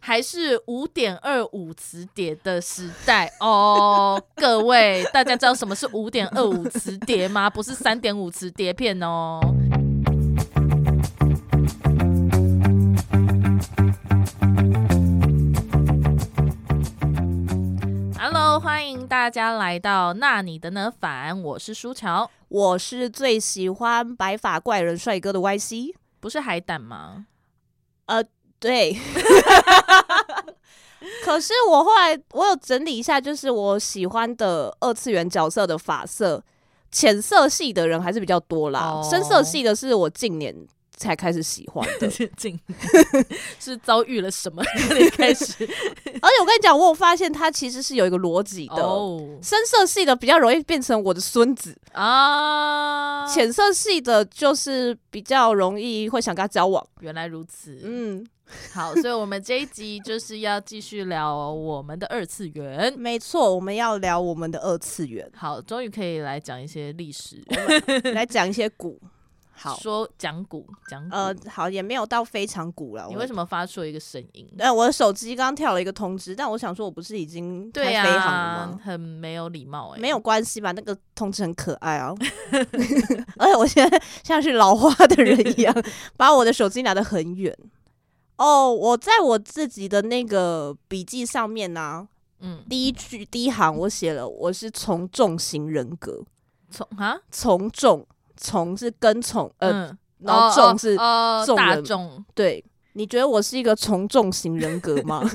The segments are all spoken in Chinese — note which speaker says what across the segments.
Speaker 1: 还是五点二五磁碟的时代哦。各位，大家知道什么是五点二五磁碟吗？不是三点五磁碟片哦。Hello，欢迎大家来到《那你的呢反》，我是舒乔，
Speaker 2: 我是最喜欢白发怪人帅哥的 YC。
Speaker 1: 不是海胆吗？
Speaker 2: 对， 可是我后来我有整理一下，就是我喜欢的二次元角色的发色，浅色系的人还是比较多啦，
Speaker 1: 哦
Speaker 2: 深色系的是我近年才开始喜欢 的。
Speaker 1: 是进， 是遭遇了什么 让你开始？
Speaker 2: 而且我跟你讲，我有发现它其实是有一个逻辑的。
Speaker 1: 哦
Speaker 2: 深色系的比较容易变成我的孙子，
Speaker 1: 啊，
Speaker 2: 浅色系的就是比较容易会想跟他交往。
Speaker 1: 原来如此。
Speaker 2: 嗯，
Speaker 1: 好，所以我们这一集就是要继续聊我们的二次元。，
Speaker 2: 没错，我们要聊我们的二次元
Speaker 1: 好，终于可以来讲一些历史，
Speaker 2: 来讲一些古。好，
Speaker 1: 说讲古，讲古。
Speaker 2: 呃，好，也没有到非常古了。
Speaker 1: 你为什
Speaker 2: 么？
Speaker 1: 么发出了一个声音？
Speaker 2: 呃，我的手机刚跳了一个通知，但我想说，我不是已经开
Speaker 1: 对
Speaker 2: 飞
Speaker 1: 呀、
Speaker 2: 行了吗？
Speaker 1: 很没有礼貌哎、
Speaker 2: 没有关系吧，那个通知很可爱 啊。 而且我现在像是老花的人 一样，把我的手机拿得很远。哦，我在我自己的那个笔记上面呢、
Speaker 1: 嗯，
Speaker 2: 第一句第一行我写了，我是从众型人格，
Speaker 1: 从哈，
Speaker 2: 从众，从是跟从，呃，
Speaker 1: 嗯，
Speaker 2: 然后
Speaker 1: 哦
Speaker 2: 众是、
Speaker 1: 哦哦
Speaker 2: 众
Speaker 1: 大
Speaker 2: 人
Speaker 1: 众，
Speaker 2: 对。你觉得我是一个从众型人格 吗？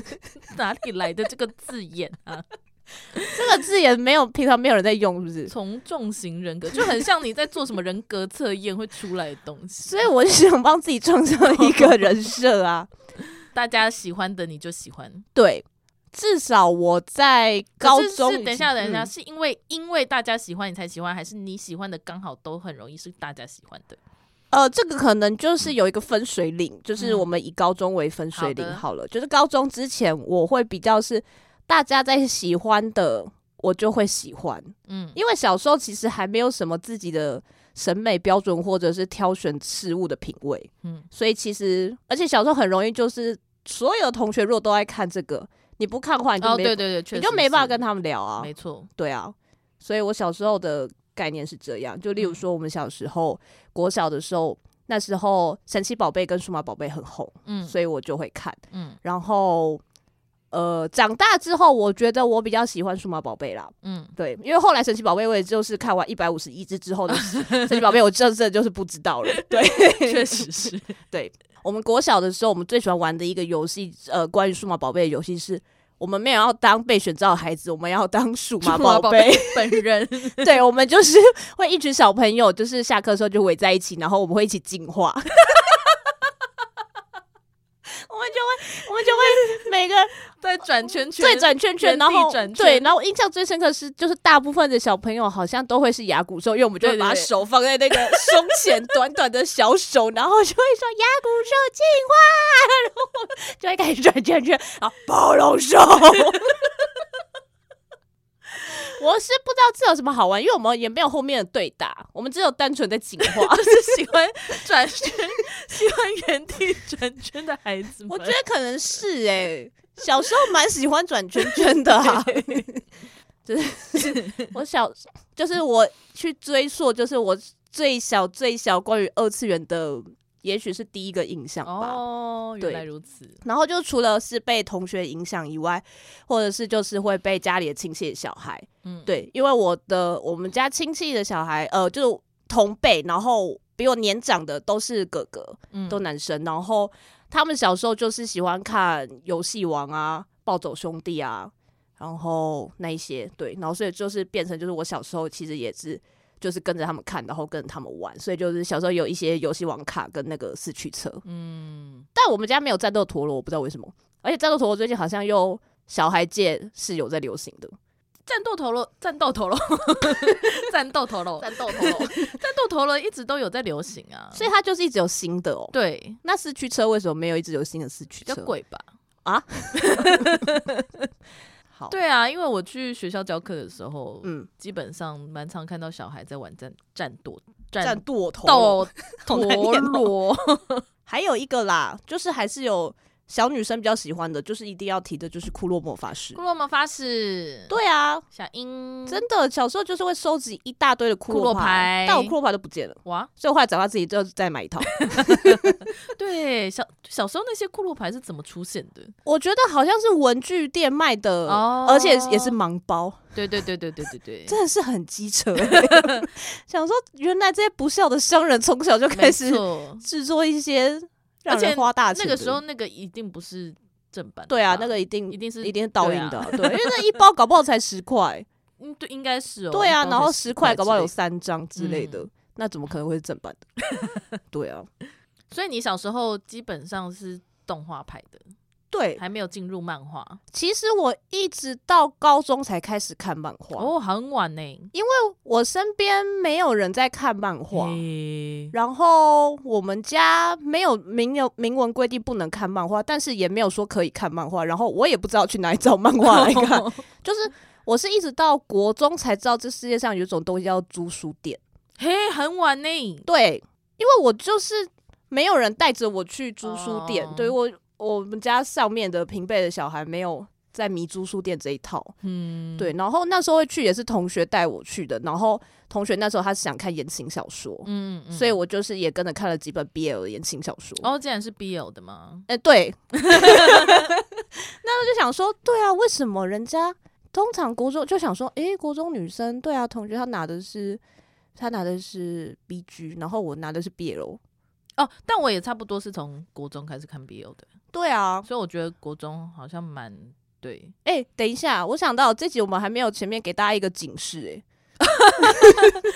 Speaker 1: 哪里来的这个字 眼啊？
Speaker 2: 这个字眼没有平常没有人在用，是不是？
Speaker 1: 从众型人格就很像你在做什么人格测验会出来的东西，
Speaker 2: 所以我就想帮自己创造一 个人设啊。
Speaker 1: 大家喜欢的你就喜欢。
Speaker 2: 对，至少我在高
Speaker 1: 可是
Speaker 2: 中已
Speaker 1: 是
Speaker 2: 经。
Speaker 1: 等一下，等一下，
Speaker 2: 嗯
Speaker 1: 是因为因为大家喜欢你才喜欢，还是你喜欢的刚好都很容易是大家喜欢的？
Speaker 2: 呃，这个可能就是有一个分水岭，就是我们以高中为分
Speaker 1: 嗯
Speaker 2: 水
Speaker 1: 好
Speaker 2: 岭
Speaker 1: 的
Speaker 2: 好了。就是高中之前，我会比较是大家在喜欢的，我就会喜欢，
Speaker 1: 嗯，
Speaker 2: 因为小时候其实还没有什么自己的审美标准或者是挑选事物的品味。
Speaker 1: 嗯，
Speaker 2: 所以其实，而且小时候很容易就是所有的同学如果都爱看这个，你不看的话，你就
Speaker 1: 哦，
Speaker 2: 没、
Speaker 1: 对对对，确
Speaker 2: 你
Speaker 1: 实
Speaker 2: 就没办法
Speaker 1: 是
Speaker 2: 跟他们聊啊
Speaker 1: 没。错，
Speaker 2: 对啊，所以我小时候的概念是这样，就
Speaker 1: 嗯
Speaker 2: 例如说我们小时候、国小的时候，那时候神奇宝贝跟数码宝贝很红，
Speaker 1: 嗯
Speaker 2: 所以我就会看。
Speaker 1: 嗯
Speaker 2: 然后，呃，长大之后，我觉得我比较喜欢数码宝贝啦，
Speaker 1: 嗯，
Speaker 2: 对，因为后来神奇宝贝我也就是看完一百五十一只之后的神奇宝贝，我真的就是不知道了。对，
Speaker 1: 确实是，
Speaker 2: 我们国小的时候，我们最喜欢玩的一个游戏，呃，关于数码宝贝的游戏是，我们没有要当被选召的孩子，我们要当数码宝贝。
Speaker 1: 本人
Speaker 2: 对，我们就是 会一群小朋友，就是下课的时候就围在一起，然后我们会一起进化。 我们就会，我们就会每个
Speaker 1: 在转圈圈，
Speaker 2: 对转圈圈，
Speaker 1: 原地
Speaker 2: 然后
Speaker 1: 转圈
Speaker 2: 对，然后我印象最深刻是，就是大部分的小朋友好像都会是牙骨兽，因为我们就会
Speaker 1: 对对
Speaker 2: 把
Speaker 1: 对
Speaker 2: 手放在 那个胸前短短的小手，然后就会说牙骨兽进化，然后就会开始转圈 圈，然后暴龙兽。我是不知道这有什么好玩，因为我们也没有后面的对打，我们只有单纯的进 化。
Speaker 1: 就是喜欢转圈，喜欢原地转圈的孩子们。
Speaker 2: 我觉得可能是哎、小时候蛮喜欢转圈圈的、啊，就是我小，就是我去追溯，就是我最小最小关于二次元的，也许是第一个印象吧。
Speaker 1: 哦，原
Speaker 2: 对
Speaker 1: 来如此。
Speaker 2: 然后就除了是被同学影响以外，或者是就是会被家里的亲戚的小孩，
Speaker 1: 嗯，
Speaker 2: 对，因为我的我们家亲戚的小孩，呃，就同辈，然后比我年长的都是哥哥，
Speaker 1: 嗯，
Speaker 2: 都男生，然后他们小时候就是喜欢看《游戏王》啊，《暴走兄弟》啊，然后那一些对，然后所以就是变成就是我小时候其实也是就是跟着他们看，然后跟着他们玩，所以就是小时候有一些游戏王卡跟那个四驱车，
Speaker 1: 嗯，
Speaker 2: 但我们家没有战斗陀螺，我不知道为什么，而且战斗陀螺最近好像又小孩界是有在流行的，
Speaker 1: 战斗陀螺，战斗陀 螺，战斗陀螺，
Speaker 2: 战斗陀螺，
Speaker 1: 战斗陀螺一直都有在流行啊。
Speaker 2: 所以它就是一直有新的哦。
Speaker 1: 对，
Speaker 2: 那四驱车为什么没有一直有新的四驱
Speaker 1: 比较
Speaker 2: 车？
Speaker 1: 贵吧？
Speaker 2: 好，，
Speaker 1: 对啊，因为我去学校教课的时候，
Speaker 2: 嗯，
Speaker 1: 基本上蛮常看到小孩在玩战战斗
Speaker 2: 战
Speaker 1: 战
Speaker 2: 斗陀螺。
Speaker 1: 斗陀
Speaker 2: 好难念哦
Speaker 1: 螺，
Speaker 2: 还有一个啦，就是还是有小女生比较喜欢的，就是一定要提的就是库洛魔法师
Speaker 1: 库。洛魔法使，
Speaker 2: 对啊，
Speaker 1: 小樱，
Speaker 2: 真的，小时候就是会收集一大堆的库
Speaker 1: 库洛
Speaker 2: 洛
Speaker 1: 牌
Speaker 2: 但我库洛牌都不见了，
Speaker 1: 哇，
Speaker 2: 所以我后来长大自己就再买 一套。
Speaker 1: 对，小小时候那些库洛牌是怎么出现的？
Speaker 2: 我觉得好像是文具店卖的，
Speaker 1: 哦
Speaker 2: 而且也是盲包，
Speaker 1: 对对对对对对对，
Speaker 2: 真的是很机车。欸 想说，原来这些不孝的商人从小就开
Speaker 1: 没
Speaker 2: 始
Speaker 1: 错
Speaker 2: 制作一些让
Speaker 1: 而且
Speaker 2: 人花大钱
Speaker 1: 那
Speaker 2: 的。
Speaker 1: 个时候那个一定不是正版的吧，
Speaker 2: 对啊，那个一定
Speaker 1: 一定是
Speaker 2: 一定是倒印
Speaker 1: 对
Speaker 2: 的
Speaker 1: 啊
Speaker 2: 啊，对，因为那一包搞不好才十块，
Speaker 1: 嗯，对，应该是哦。
Speaker 2: 对啊，
Speaker 1: 一包才
Speaker 2: 然后十块搞不好有
Speaker 1: 之类
Speaker 2: 三张之类的
Speaker 1: 嗯，
Speaker 2: 那怎么可能会是正版的？ 对啊，
Speaker 1: 的，所以你小时候基本上是动画派的，
Speaker 2: 对，
Speaker 1: 还没有进入漫画。
Speaker 2: 其实我一直到高中才开始看漫画，
Speaker 1: 哦，很晚呢。
Speaker 2: 我身边没有人在看漫 画。
Speaker 1: 嘿
Speaker 2: 然后我们家没有明有明文规定不能看漫画，但是也没有说可以看漫画。然后我也不知道去哪里找漫 画来 看，就是我是一直到国中才知道这世界上有一种东西叫租书店。
Speaker 1: 嘿，很晚呢。
Speaker 2: 对，因为我就是没有人带着我去租书店，
Speaker 1: 哦
Speaker 2: 对我我们家上面的平辈的小孩没有在迷租书店这一套。
Speaker 1: 嗯，
Speaker 2: 对，然后那时候会去也是同学带我去的，然后同学那时候他是想看言情小说，
Speaker 1: 嗯，嗯嗯
Speaker 2: 所以我就是也跟着看了几本 BL 的言情小说。
Speaker 1: 哦，竟然是 BL 的吗？
Speaker 2: 哎、对， 那我就想说，对啊，为什么人家通常国中就想说，诶、国中女生，对啊，同学她拿的是她拿的是 BG，然后我拿的是 BL，
Speaker 1: 哦，但我也差不多是从国中开始看 BL 的，
Speaker 2: 对啊，
Speaker 1: 所以我觉得国中好像蛮对。
Speaker 2: 诶、哎等一下，我想到这集我们还没有前面给大家一个警示、诶，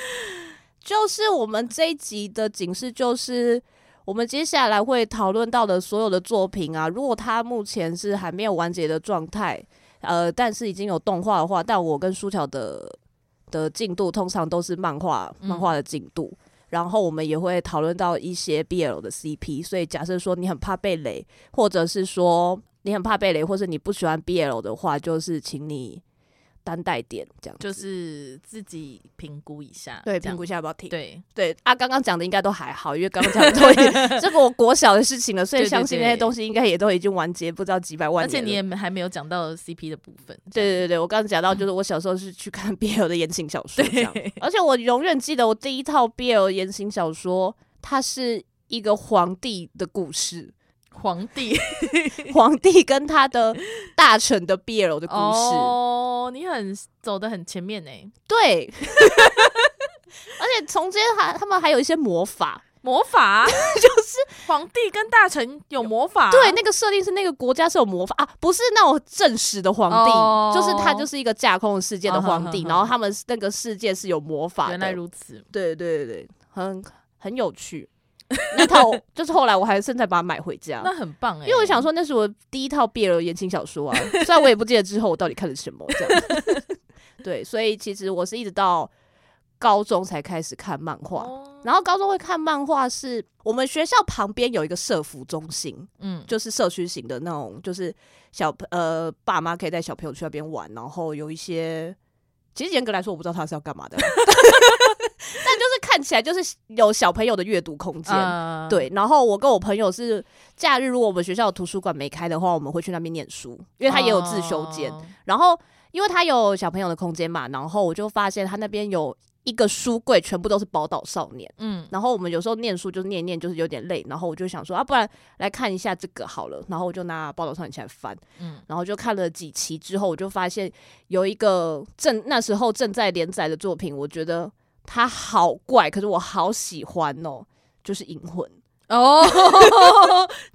Speaker 2: 就是我们这一集的警示就是。我们接下来会讨论到的所有的作品啊，如果它目前是还没有完结的状态，呃，但是已经有动画的话，但我跟舒乔的的进度通常都是漫画
Speaker 1: 嗯
Speaker 2: 漫画的进度，然后我们也会讨论到一些 BL 的 CP，所以假设说你很怕被雷，或者是说你很怕被雷，或是你不喜欢 BL 的话，就是请你担待点这样子，
Speaker 1: 就是自己评估一下，
Speaker 2: 对
Speaker 1: 这样
Speaker 2: 评估一下要不要听。
Speaker 1: 对，
Speaker 2: 对啊，刚刚讲的应该都还好，因为刚刚讲的都已经 这个我国小的事情了，所以
Speaker 1: 对对
Speaker 2: 相信那些
Speaker 1: 对
Speaker 2: 东西应该也都已经完结，不知道几百万
Speaker 1: 而
Speaker 2: 年
Speaker 1: 且
Speaker 2: 了
Speaker 1: 你也没还没有讲到 CP 的部分，这样
Speaker 2: 对对对，我刚刚讲到，就是我小时候是去看 BL 的言情小说， 这样
Speaker 1: 对。
Speaker 2: 而且我永远记得我第一套 BL 言情小说，它是一个皇帝的 故事，
Speaker 1: 皇帝
Speaker 2: 皇帝跟他的大臣的 BL 的故事。
Speaker 1: 哦，你很走的很前面呢，
Speaker 2: 对， 而且从间还他们还有一些魔法，
Speaker 1: 魔 法就是皇帝跟大臣有魔法，
Speaker 2: 对，那个设定是那个国家是有魔法啊，不是那种正史的皇帝，
Speaker 1: 哦
Speaker 2: 就是他就是一个架空世界的皇帝，
Speaker 1: 嗯哼哼哼
Speaker 2: 然后他们那个世界是有魔法的。
Speaker 1: 原来如此，
Speaker 2: 对对对，很很有趣。那套就是后来我还甚至把它买回家，
Speaker 1: 那很棒哎，
Speaker 2: 因为我想说那是我第一套 BL 言情小说啊，虽然我也不记得之后我到底看了什么这样。 对，所以其实我是一直到高中才开始看漫画，
Speaker 1: 哦，
Speaker 2: 然后高中会看漫画是我们学校旁边有一个社服中心，
Speaker 1: 嗯，
Speaker 2: 就是社区型的那种，就是小呃爸妈可以带小朋友去那边玩，然后有一些，其实严格来说我不知道他是要干嘛的，但 就是看起来就是有小朋友的阅读空间。
Speaker 1: 呃，
Speaker 2: 对，然后我跟我朋友是假日，如果我们学校的图书馆没开的话，我们会去那边念书，因为他也有自修间。
Speaker 1: 哦，
Speaker 2: 然后因为他有小朋友的空间嘛，然后我就发现他那边有一个书柜，全部都是宝岛少年。
Speaker 1: 嗯，
Speaker 2: 然后我们有时候念书就是念一念，就是有点累，然后我就想说啊，不然来看一下这个好了。然后我就拿报道上起来翻，
Speaker 1: 嗯
Speaker 2: 然后就看了几期之后，我就发现有一个正那时候正在连载的作品，我觉得它好怪，可是我好喜欢哦，就是《银魂》。
Speaker 1: 哦，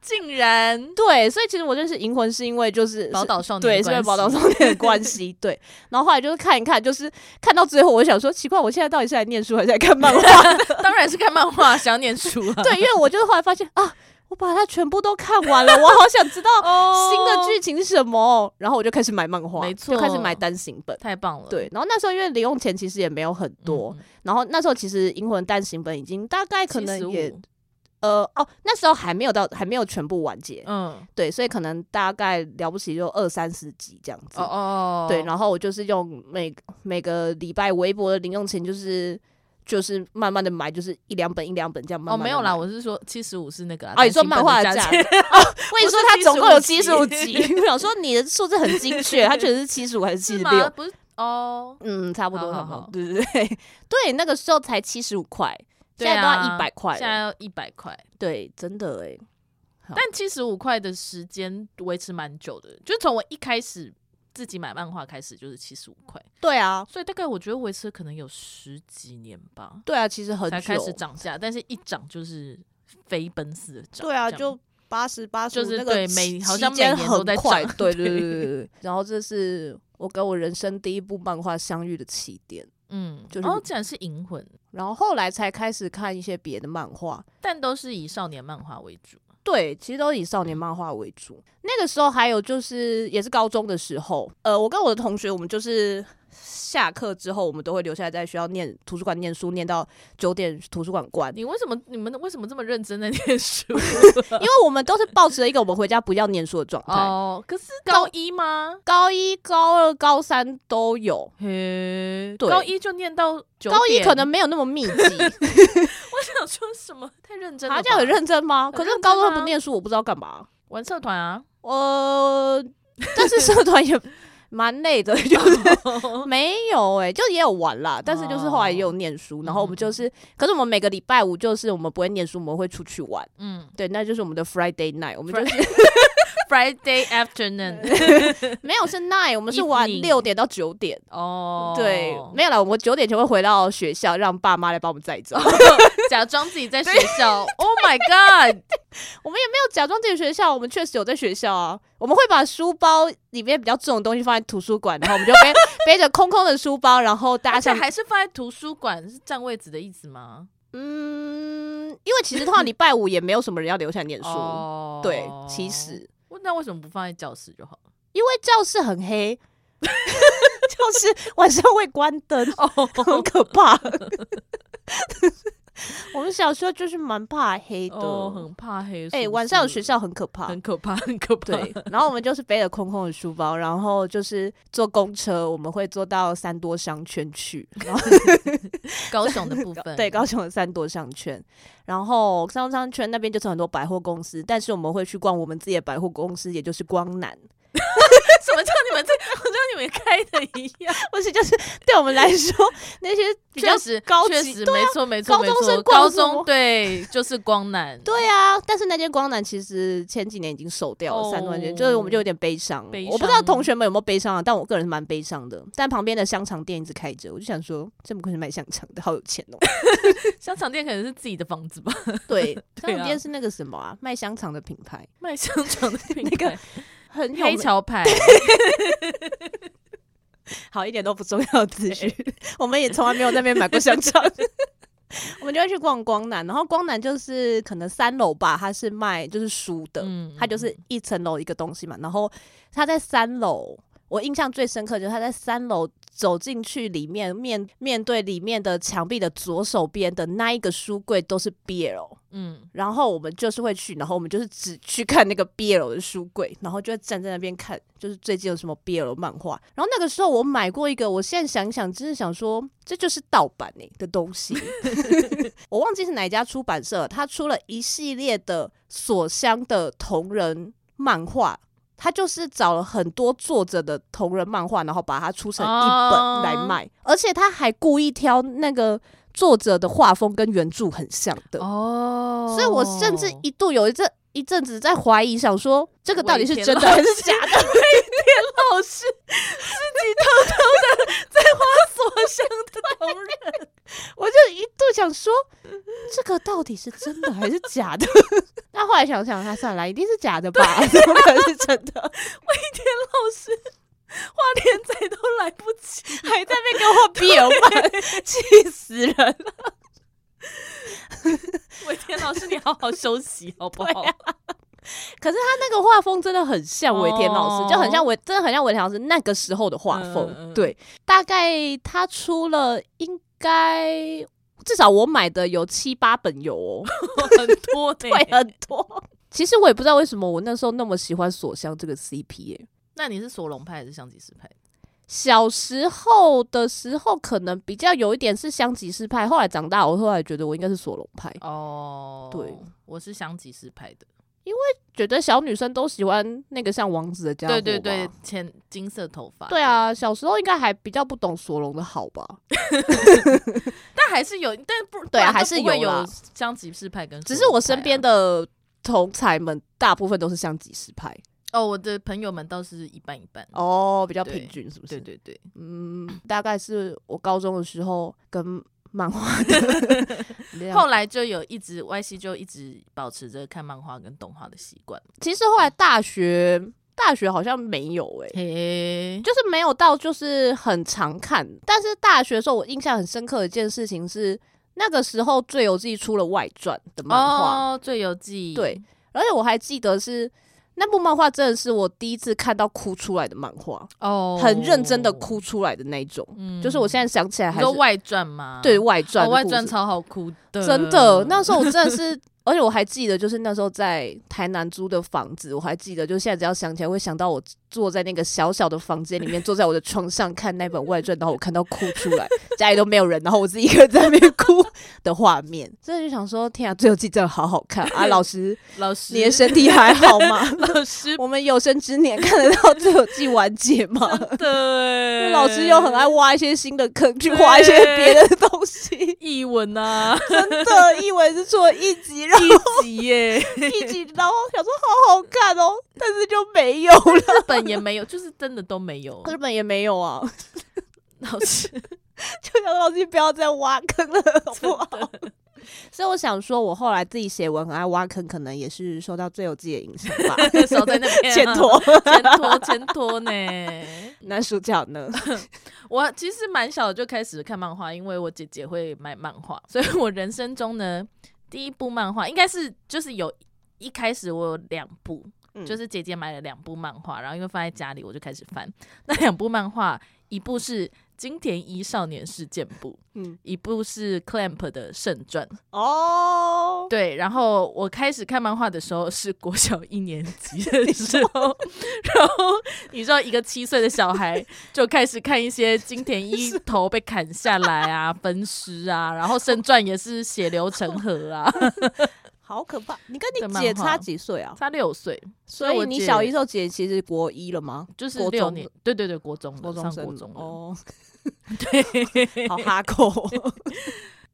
Speaker 1: 竟然
Speaker 2: 对，所以其实我认识《银魂》是因为就是
Speaker 1: 宝岛少年
Speaker 2: 对，
Speaker 1: 的
Speaker 2: 是
Speaker 1: 关
Speaker 2: 因
Speaker 1: 系，
Speaker 2: 为宝岛少年的 关系。对，然后后来就是看一看，就是看到最后，我想说奇怪，我现在到底是来念书还是来看漫画？
Speaker 1: 当然是看漫画，想要念书 啊，
Speaker 2: 对，因为我就是后来发现啊，我把它全部都看完了，我好想知 道
Speaker 1: 哦，
Speaker 2: 啊新的剧情是什么，然后我就开始买漫画，
Speaker 1: 没错
Speaker 2: 就开始买单行本。
Speaker 1: 太棒了，
Speaker 2: 对，然后那时候因为零用钱其实也没有很
Speaker 1: 嗯，
Speaker 2: 多，然后那时候其实《银魂》单行本已经大概可能也
Speaker 1: 75
Speaker 2: 呃哦，那时候还没有到还没有全部完结，
Speaker 1: 嗯，
Speaker 2: 对，所以可能大概了不起就二三十集这样子。
Speaker 1: 哦哦，
Speaker 2: 对，然后我就是用每每个礼拜微薄的零用钱，就是就是慢慢的买，就是一两本一两本这样慢
Speaker 1: 哦，
Speaker 2: 慢。
Speaker 1: 没有啦，。我是说七十五是那个啦
Speaker 2: 哦，你说漫画的
Speaker 1: 单
Speaker 2: 价
Speaker 1: 行
Speaker 2: 格？
Speaker 1: 本的
Speaker 2: 哦，我跟你说，它总共有七十五
Speaker 1: 75
Speaker 2: 集
Speaker 1: 集。
Speaker 2: 我想说你的数字很精确，它确实是七十五还是七
Speaker 1: 是
Speaker 2: 十
Speaker 1: 吗？
Speaker 2: 六？
Speaker 1: 不是哦，
Speaker 2: 嗯，差不多，
Speaker 1: 好
Speaker 2: 差
Speaker 1: 好
Speaker 2: 不多
Speaker 1: 好
Speaker 2: 对对对 对，那个时候才七十五块，现在都
Speaker 1: 对
Speaker 2: 要
Speaker 1: 啊
Speaker 2: 一百块
Speaker 1: 现在
Speaker 2: 了。
Speaker 1: 要一百块，
Speaker 2: 对，真的哎，
Speaker 1: 但七十五块的时间维持蛮久的，就从我一开始自己买漫画开始就是七十五块，
Speaker 2: 对啊，
Speaker 1: 所以大概我觉得维持可能有十几年吧，
Speaker 2: 对啊，其实很
Speaker 1: 才开始
Speaker 2: 久。
Speaker 1: 涨价，但是一涨就是飞奔似的涨。
Speaker 2: 对啊，
Speaker 1: 这样
Speaker 2: 就八十八十，
Speaker 1: 就是
Speaker 2: 那个
Speaker 1: 对
Speaker 2: 期
Speaker 1: 每好
Speaker 2: 期
Speaker 1: 像每
Speaker 2: 间
Speaker 1: 年
Speaker 2: 很
Speaker 1: 都在
Speaker 2: 快
Speaker 1: 涨
Speaker 2: 对对对对对。然后这是我跟我人生第一部漫画相遇的起点，
Speaker 1: 嗯，
Speaker 2: 就是
Speaker 1: 哦，竟然是银魂，
Speaker 2: 然后后来才开始看一些别的漫画。
Speaker 1: 但都是以少年漫画为主。
Speaker 2: 对，其实都以少年漫画为主。那个时候还有就是，也是高中的时候，呃，我跟我的同学，我们就是下课之后，我们都会留下来在学校念图书馆念书，念到九点图书馆关。
Speaker 1: 你为什么你们为什么这么认真在念书？
Speaker 2: 因为我们都是抱持了一个我们回家不要念书的状态。
Speaker 1: 哦，可是 高一吗？
Speaker 2: 高一、高二、高三都有，
Speaker 1: 嘿，
Speaker 2: 对
Speaker 1: 嗯高一就念到九
Speaker 2: 高一
Speaker 1: 点
Speaker 2: 可能没有那 么密集，
Speaker 1: 我想说什么太认真了吧，
Speaker 2: 他这样很认真吗？
Speaker 1: 很
Speaker 2: 可是
Speaker 1: 认
Speaker 2: 高
Speaker 1: 真
Speaker 2: 中
Speaker 1: 啊
Speaker 2: 不念书，我不知道干嘛。
Speaker 1: 玩社团啊，
Speaker 2: 呃，但是社团也蛮累的，就是
Speaker 1: 哦
Speaker 2: 没有哎、就也有玩啦，但是就是后来也有念
Speaker 1: 哦
Speaker 2: 书，然后我们就是，可是我们每个礼拜五就是我们不会念书，我们会出去玩，
Speaker 1: 嗯
Speaker 2: 对，那就是我们的 Friday night，我们就是
Speaker 1: ，Friday afternoon，
Speaker 2: 没有是 night，我们是玩
Speaker 1: Evening
Speaker 2: 六点到九点，
Speaker 1: 哦，
Speaker 2: 对，没有啦，我们九点就会回到学校，让爸妈来把我 们载走，没
Speaker 1: 假装自己在学校，Oh my God，
Speaker 2: 有假装自己学校，我们确实有在学校啊，我们会把书包里面比较重的东西放在图书馆，然后我们就背 背着空空的书包，然后搭
Speaker 1: 而且
Speaker 2: 上
Speaker 1: 还是放在图书馆，是占位置的意思吗？
Speaker 2: 嗯，因为其实通常礼拜五也没有什么人要留下来念书，
Speaker 1: 哦
Speaker 2: 对，其实。
Speaker 1: 那为什么不放在教室就好了？
Speaker 2: 因为教室很黑， 教室晚上会关灯，
Speaker 1: 哦
Speaker 2: 很哦可怕。 我们小时候就是蛮怕黑的，
Speaker 1: 哦，很怕黑，
Speaker 2: 哎、
Speaker 1: 是不
Speaker 2: 晚上有
Speaker 1: 是
Speaker 2: 学校很可怕
Speaker 1: 很。可怕，很可怕。
Speaker 2: 对，然后我们就是背着空空的书包，然后就是坐公车，我们会坐到三多商圈去，然后
Speaker 1: 高雄的部分，
Speaker 2: 对，高雄的三多商圈，然后三多商圈那边就是很多百货公司，但是我们会去逛我们自己的百货公司，也就是光南，
Speaker 1: 什么叫你们这，好像你们开的一样，
Speaker 2: 而且就是对我们来说那些 比较
Speaker 1: 确实
Speaker 2: 高级啊
Speaker 1: 确实没错没错
Speaker 2: 高
Speaker 1: 没
Speaker 2: 中生
Speaker 1: 错，
Speaker 2: 逛
Speaker 1: 高
Speaker 2: 什么
Speaker 1: 中对就是光南，
Speaker 2: 对啊，但是那间光南其实前几年已经收掉了，
Speaker 1: 哦
Speaker 2: 三多间，就是我们就有点悲伤。
Speaker 1: 悲
Speaker 2: 我不知道
Speaker 1: 伤
Speaker 2: 同学们有没有悲伤啊，但我个人是蛮悲伤的。但旁边的香肠店一直开着，我就想说，这么快是卖香肠的，好有 钱哦、
Speaker 1: 香肠店可能是自己的房 子吧，
Speaker 2: 对，
Speaker 1: 对
Speaker 2: 香肠
Speaker 1: 啊
Speaker 2: 店是那个什么啊，卖香肠的品牌，
Speaker 1: 卖香肠的 品
Speaker 2: 那个
Speaker 1: 牌
Speaker 2: 很有
Speaker 1: 黑
Speaker 2: 名
Speaker 1: 桥牌，
Speaker 2: 好一点都不重要的资讯，我们也从来没有在那边买过香肠。 我们就会去逛光南，然后光南就是可能三楼吧，它是卖就是书的，
Speaker 1: 嗯
Speaker 2: 它就是一层楼一个东西嘛。然后它在三楼，我印象最深刻就是它在三楼走进去里面，面面对里面的墙壁的左手边的那一个书柜都是 BL，
Speaker 1: 嗯，
Speaker 2: 然后我们就是会去，然后我们就是只去看那个 BL 的书柜，然后就会站在那边看，就是最近有什么 BL 漫画。然后那个时候我买过一个，我现在想一想，真是想说这就是盗版哎、的东西。 我忘记是哪一家出版社，它出了一系列的锁香的同人漫画。它就是找了很多作者的同人漫画，然后把它出成一本来卖而且他还故意挑那个作者的画风跟原著很像的
Speaker 1: 哦
Speaker 2: 所以我甚 至一度有一阵一阵子在怀疑，想说这个到底是真的
Speaker 1: 我以前老
Speaker 2: 还是假的？
Speaker 1: 老师自己偷偷的在花所香的同人，
Speaker 2: 我就一度想说，这个到底是真的还是假的？ 那后来想想，他算了，一定是假的吧？
Speaker 1: 啊
Speaker 2: 怎么可能是真的？
Speaker 1: 老师画连载都来不及， 还在
Speaker 2: 那边给我逼有 漫，气死人了！
Speaker 1: 伟天老师，你好好休息好不 好？
Speaker 2: 可是他那个画风真的很像尾田老师，
Speaker 1: 哦
Speaker 2: 就很像尾，真的很像尾田老师那个时候的画风。
Speaker 1: 嗯嗯嗯
Speaker 2: 对，大概他出了应该至少我买的有七八本有 哦。
Speaker 1: 很多的
Speaker 2: 会很多。其实我也不知道为什么我那时候那么喜欢锁香这个 CP 耶、
Speaker 1: 那你是索隆派还是香吉士派？
Speaker 2: 小时候的时候可能比较有一点是香吉士派，后来长大我后来觉得我应该是索隆派，
Speaker 1: 哦，
Speaker 2: 对，
Speaker 1: 我是香吉士派的，
Speaker 2: 觉得小女生都喜欢那个像王子的家伙吧。
Speaker 1: 对对对，浅金色头发，
Speaker 2: 对，啊，小时候应该还比较不懂索隆的好吧？
Speaker 1: 但还是有，但不
Speaker 2: 对啊
Speaker 1: 不然就
Speaker 2: 还是
Speaker 1: 不会
Speaker 2: 有
Speaker 1: 有
Speaker 2: 啦
Speaker 1: 香吉士派跟索隆派啊，
Speaker 2: 只是我身边的同才们大部分都是像吉士派
Speaker 1: 哦，我的朋友们倒是一半一半，
Speaker 2: 哦，比较
Speaker 1: 对
Speaker 2: 平均是不
Speaker 1: 对
Speaker 2: 是？
Speaker 1: 对对，
Speaker 2: 嗯，大概是我高中的时候跟漫画 的
Speaker 1: 后来就有一直 Y C 就一直保持着看漫画跟动画的习惯，
Speaker 2: 其实后来大学大学好像没有诶、
Speaker 1: 嘿，
Speaker 2: 就是没有到就是很常看。但是大学的时候，我印象很深刻的一件事情是，那个时候《最游记》出了外传的漫画，
Speaker 1: 哦，《最游记》
Speaker 2: 对，而且我还记得是那部漫画真的是我第一次看到哭出来的漫画，
Speaker 1: 哦，
Speaker 2: 很认真的，哭出来的那一种。
Speaker 1: 嗯
Speaker 2: 就是我现在想起来
Speaker 1: 在你
Speaker 2: 还
Speaker 1: 说
Speaker 2: 是
Speaker 1: 外传吗？
Speaker 2: 对
Speaker 1: 哦
Speaker 2: 外传的故事、
Speaker 1: 外传超好哭的，
Speaker 2: 真的，那时候我真的是，而且我还记得，就是那时候在台南租的房子，我还记得，就是现在只要想起来，会想到我坐在那个小小的房间里面，坐在我的床上看那本外传，然后我看到哭出 来，家里都没有人，然后我自己一个人在那边哭的画面，真的就想说，天啊，最后季真的好好看 啊！老师，
Speaker 1: 老师
Speaker 2: 你的身体还好吗？
Speaker 1: 老师
Speaker 2: 我们有生之年看得到最后季完结吗？
Speaker 1: 对，
Speaker 2: 老师又很爱挖一些新的坑，去挖一些别的东西。
Speaker 1: 译文啊，
Speaker 2: 真的，以为是出了一集，然后
Speaker 1: 一集 耶，
Speaker 2: 一集，然后想说好好看哦，但是就没有了。
Speaker 1: 日本也没有，就是真的都没有。
Speaker 2: 日本也没有啊，
Speaker 1: 老师，
Speaker 2: 就想老师不要再挖坑了，好不好
Speaker 1: 真？
Speaker 2: 所以我想说，我后来自己写文很爱挖坑，可能也是受到最有自己的影响 吧。
Speaker 1: 手在那边啊
Speaker 2: 欠， 妥。
Speaker 1: 前拖前拖呢。
Speaker 2: 男主角 呢？
Speaker 1: 我其实蛮小就开始看漫画，因为我姐姐会买漫画，所以我人生中呢第一部漫画应该是就是有一开始我有两部，
Speaker 2: 嗯
Speaker 1: 就是姐姐买了两部漫画，然后因为放在家里我就开始翻。那两部漫画，一部是金田一少年事件簿，
Speaker 2: 嗯
Speaker 1: 一部是 Clamp 的圣传。
Speaker 2: 哦，
Speaker 1: 对，然后我开始看漫画的时候是国小一年级的时候，然后你知道一个七岁的小孩就开始看一些金田一头被砍下来啊、分尸啊，然后圣传也是血流成河啊，
Speaker 2: 好可怕！你跟
Speaker 1: 的
Speaker 2: 你
Speaker 1: 漫
Speaker 2: 姐
Speaker 1: 画
Speaker 2: 差几岁啊？
Speaker 1: 他六岁，
Speaker 2: 所以
Speaker 1: 我
Speaker 2: 你
Speaker 1: 姐
Speaker 2: 小一时候姐其实国一了吗？
Speaker 1: 就是
Speaker 2: 国
Speaker 1: 六
Speaker 2: 中
Speaker 1: 年，对对对，国中的
Speaker 2: 国中
Speaker 1: 上
Speaker 2: 生
Speaker 1: 国中了
Speaker 2: 哦，
Speaker 1: 对，
Speaker 2: 好哈口。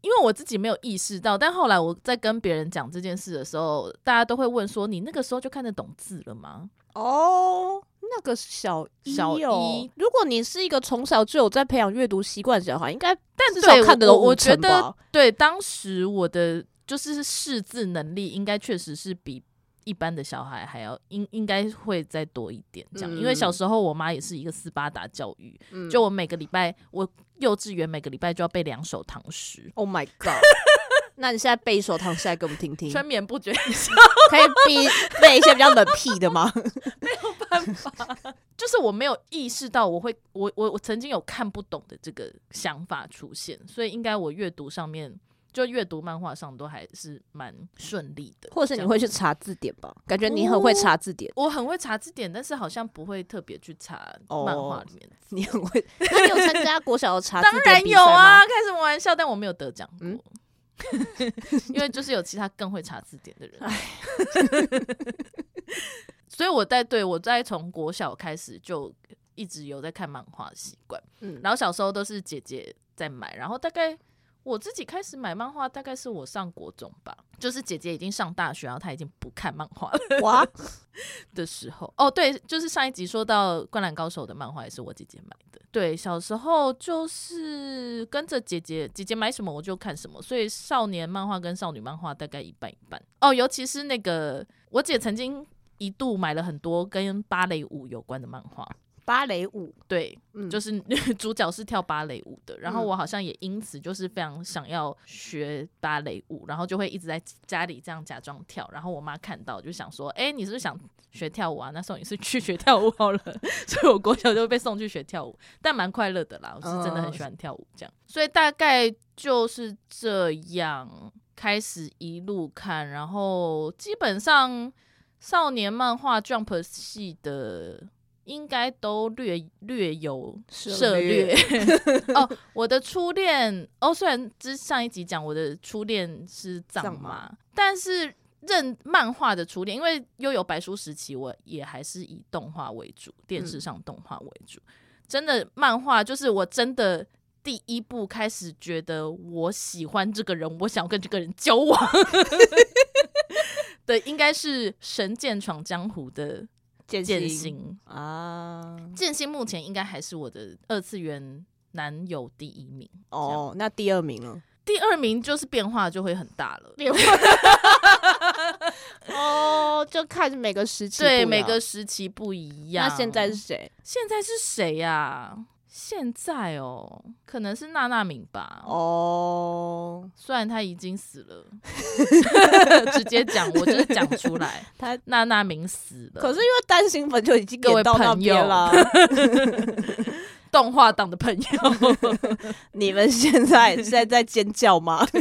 Speaker 1: 因为我自己没有意识到，但后来我在跟别人讲这件事的时候，大家都会问说：“你那个时候就看得懂字了吗
Speaker 2: 哦，那个小一
Speaker 1: 小
Speaker 2: 哦
Speaker 1: 一
Speaker 2: 如果你是一个从小就有在培养阅读习惯的小孩，应该？”
Speaker 1: 但
Speaker 2: 至少
Speaker 1: 对
Speaker 2: 看得
Speaker 1: 我
Speaker 2: 懂
Speaker 1: 我
Speaker 2: 五
Speaker 1: 觉
Speaker 2: 成
Speaker 1: 得
Speaker 2: 吧。
Speaker 1: 对当时我的就是识字能力，应该确实是比一般的小孩还要应应该会再多一点这样。因为小
Speaker 2: 嗯
Speaker 1: 时候我妈也是一个斯巴达教育，
Speaker 2: 嗯
Speaker 1: 就我每个礼拜我幼稚园每个礼拜就要背两首唐诗。
Speaker 2: Oh my God！那你现在背一首唐诗来给我们听听，
Speaker 1: 春眠不觉 晓，
Speaker 2: 可以背背一些比较冷僻的吗？
Speaker 1: 就是我没有意识到我会，我我我曾经有看不懂的这个想法出现，所以应该我阅读上面，就阅读漫画上都还是蛮顺利的。
Speaker 2: 或者是你
Speaker 1: 这样
Speaker 2: 会去查字典吧？感觉你很会查字典，
Speaker 1: 我很会查字典，但是好像不会特别去查
Speaker 2: 哦
Speaker 1: 漫画里面。
Speaker 2: 你很会。那你有参加国小的查字
Speaker 1: 当
Speaker 2: 典
Speaker 1: 然
Speaker 2: 比
Speaker 1: 有
Speaker 2: 赛吗
Speaker 1: 啊，？开什么玩笑？但我没有得奖过，
Speaker 2: 嗯
Speaker 1: 因为就是有其他更会查字典的人。
Speaker 2: 哎
Speaker 1: 所以我在对我在从国小开始就一直有在看漫画的习惯，
Speaker 2: 嗯，
Speaker 1: 然后小时候都是姐姐在买，然后大概。我自己开始买漫画，大概是我上国中吧，就是姐姐已经上大学，然后她已经不看漫画了。
Speaker 2: 哇，
Speaker 1: 的时候，哦，对，就是上一集说到《灌篮高手》的漫画也是我姐姐买的。对，小时候就是跟着姐姐，姐姐买什么我就看什么，所以少年漫画跟少女漫画大概一半一半。哦，尤其是那个我姐曾经一度买了很多跟芭蕾舞有关的漫画，
Speaker 2: 芭蕾舞，
Speaker 1: 对，
Speaker 2: 嗯，
Speaker 1: 就是 是主角是跳芭蕾舞的，然后
Speaker 2: 嗯
Speaker 1: 我好像也因此就是非常想要学芭蕾舞，然后就会一直在家里这样假装跳，然后我妈看到就想说，哎、你是不是想学跳舞啊？那送你是去学跳舞好了， 所以我国小就被送去学跳舞，但蛮快乐的啦，我是真的
Speaker 2: 嗯
Speaker 1: 很喜欢跳舞这样，所以大概就是这样开始一路看，然后基本上少年漫画 Jump 系的应该都略略有
Speaker 2: 涉
Speaker 1: 涉
Speaker 2: 略
Speaker 1: 略。 哦，我的初恋哦，虽然之上一集讲我的初恋是藏
Speaker 2: 藏
Speaker 1: 马
Speaker 2: 马，
Speaker 1: 但是认漫画的初恋，因为悠游白书时期，我也还是以动画为主，电视
Speaker 2: 嗯
Speaker 1: 上动画为主。真的漫画就是我真的。第一部开始觉得我喜欢这个人，我想要跟这个人交 往的，应该是《神剑闯江湖》的
Speaker 2: 剑
Speaker 1: 剑
Speaker 2: 心
Speaker 1: 心。
Speaker 2: 啊，
Speaker 1: 剑心目前应该还是我的二次元男友第一名。
Speaker 2: 哦，那第二名了，
Speaker 1: 第二名就是变化就会很大了。
Speaker 2: 哦，就看每个时期
Speaker 1: 对，每个时期不一样。
Speaker 2: 那现在是谁？
Speaker 1: 现在是谁呀、现在哦，可能是娜娜敏吧。哦，
Speaker 2: 哦，
Speaker 1: 虽然她已经死 了，直接讲，我就是讲出来，
Speaker 2: 她
Speaker 1: 娜娜敏死了。
Speaker 2: 可是因为单行本就已经
Speaker 1: 各位
Speaker 2: 演到那
Speaker 1: 朋友
Speaker 2: 边了，
Speaker 1: 动画党的朋 友，
Speaker 2: 你们现在现在在尖叫吗？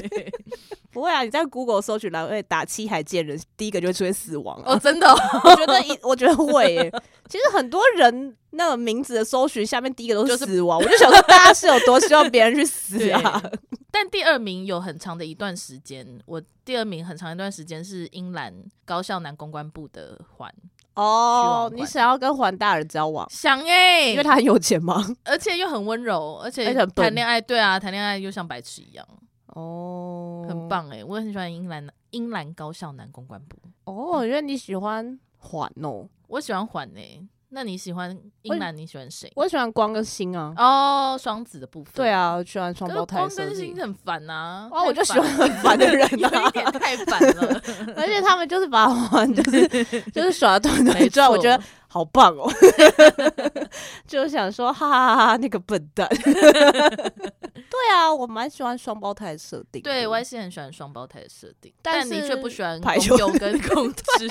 Speaker 2: 不会啊，你在 Google 搜取栏会打“七海剑人”，第一个就会出现死亡啊。
Speaker 1: 哦，真的哦、
Speaker 2: 我觉得一，我觉得会耶。其实很多人那个名字的搜寻下面第一个都是
Speaker 1: 就是
Speaker 2: 死亡，我就想说大家是有多希望别人去死 啊？
Speaker 1: 对 但第二名有很长的一段时间，我第二名很长一段时间是英兰高校男公关部的环。
Speaker 2: 哦，
Speaker 1: 虚妄
Speaker 2: 你
Speaker 1: 怪
Speaker 2: 想要跟环大人交往，
Speaker 1: 想哎、
Speaker 2: 因为他很有钱吗？
Speaker 1: 而且又很温柔，而且
Speaker 2: 而且很笨
Speaker 1: 谈恋爱，对啊，谈恋爱又像白痴一样，
Speaker 2: 哦，
Speaker 1: 很。棒哎、我很喜欢英兰英兰高校男公关部，
Speaker 2: 哦，因为你喜欢环哦，
Speaker 1: 我喜欢缓哎、那你喜欢英兰？你喜欢谁？
Speaker 2: 我喜欢光跟星啊。
Speaker 1: 哦，双子的部分，
Speaker 2: 对，啊，我喜欢双
Speaker 1: 可
Speaker 2: 胞
Speaker 1: 是
Speaker 2: 胎
Speaker 1: 光
Speaker 2: 设
Speaker 1: 跟
Speaker 2: 计
Speaker 1: 星。很烦啊，
Speaker 2: 哦，我就
Speaker 1: 太
Speaker 2: 喜
Speaker 1: 烦
Speaker 2: 欢很烦的人
Speaker 1: 了， 有一
Speaker 2: 啊。
Speaker 1: 点太烦 了，
Speaker 2: 而且他们就是把 玩，就是就是耍得团团转，啊我觉得
Speaker 1: 没错
Speaker 2: 好棒哦。 就想说，哈哈哈哈，那个笨蛋。 对啊，我蛮喜欢双胞胎的设定的。
Speaker 1: 对我也是很喜欢双胞胎的设定，
Speaker 2: 但
Speaker 1: 但你
Speaker 2: 是
Speaker 1: 却不喜欢
Speaker 2: 排
Speaker 1: 公
Speaker 2: 球
Speaker 1: 佑跟公知，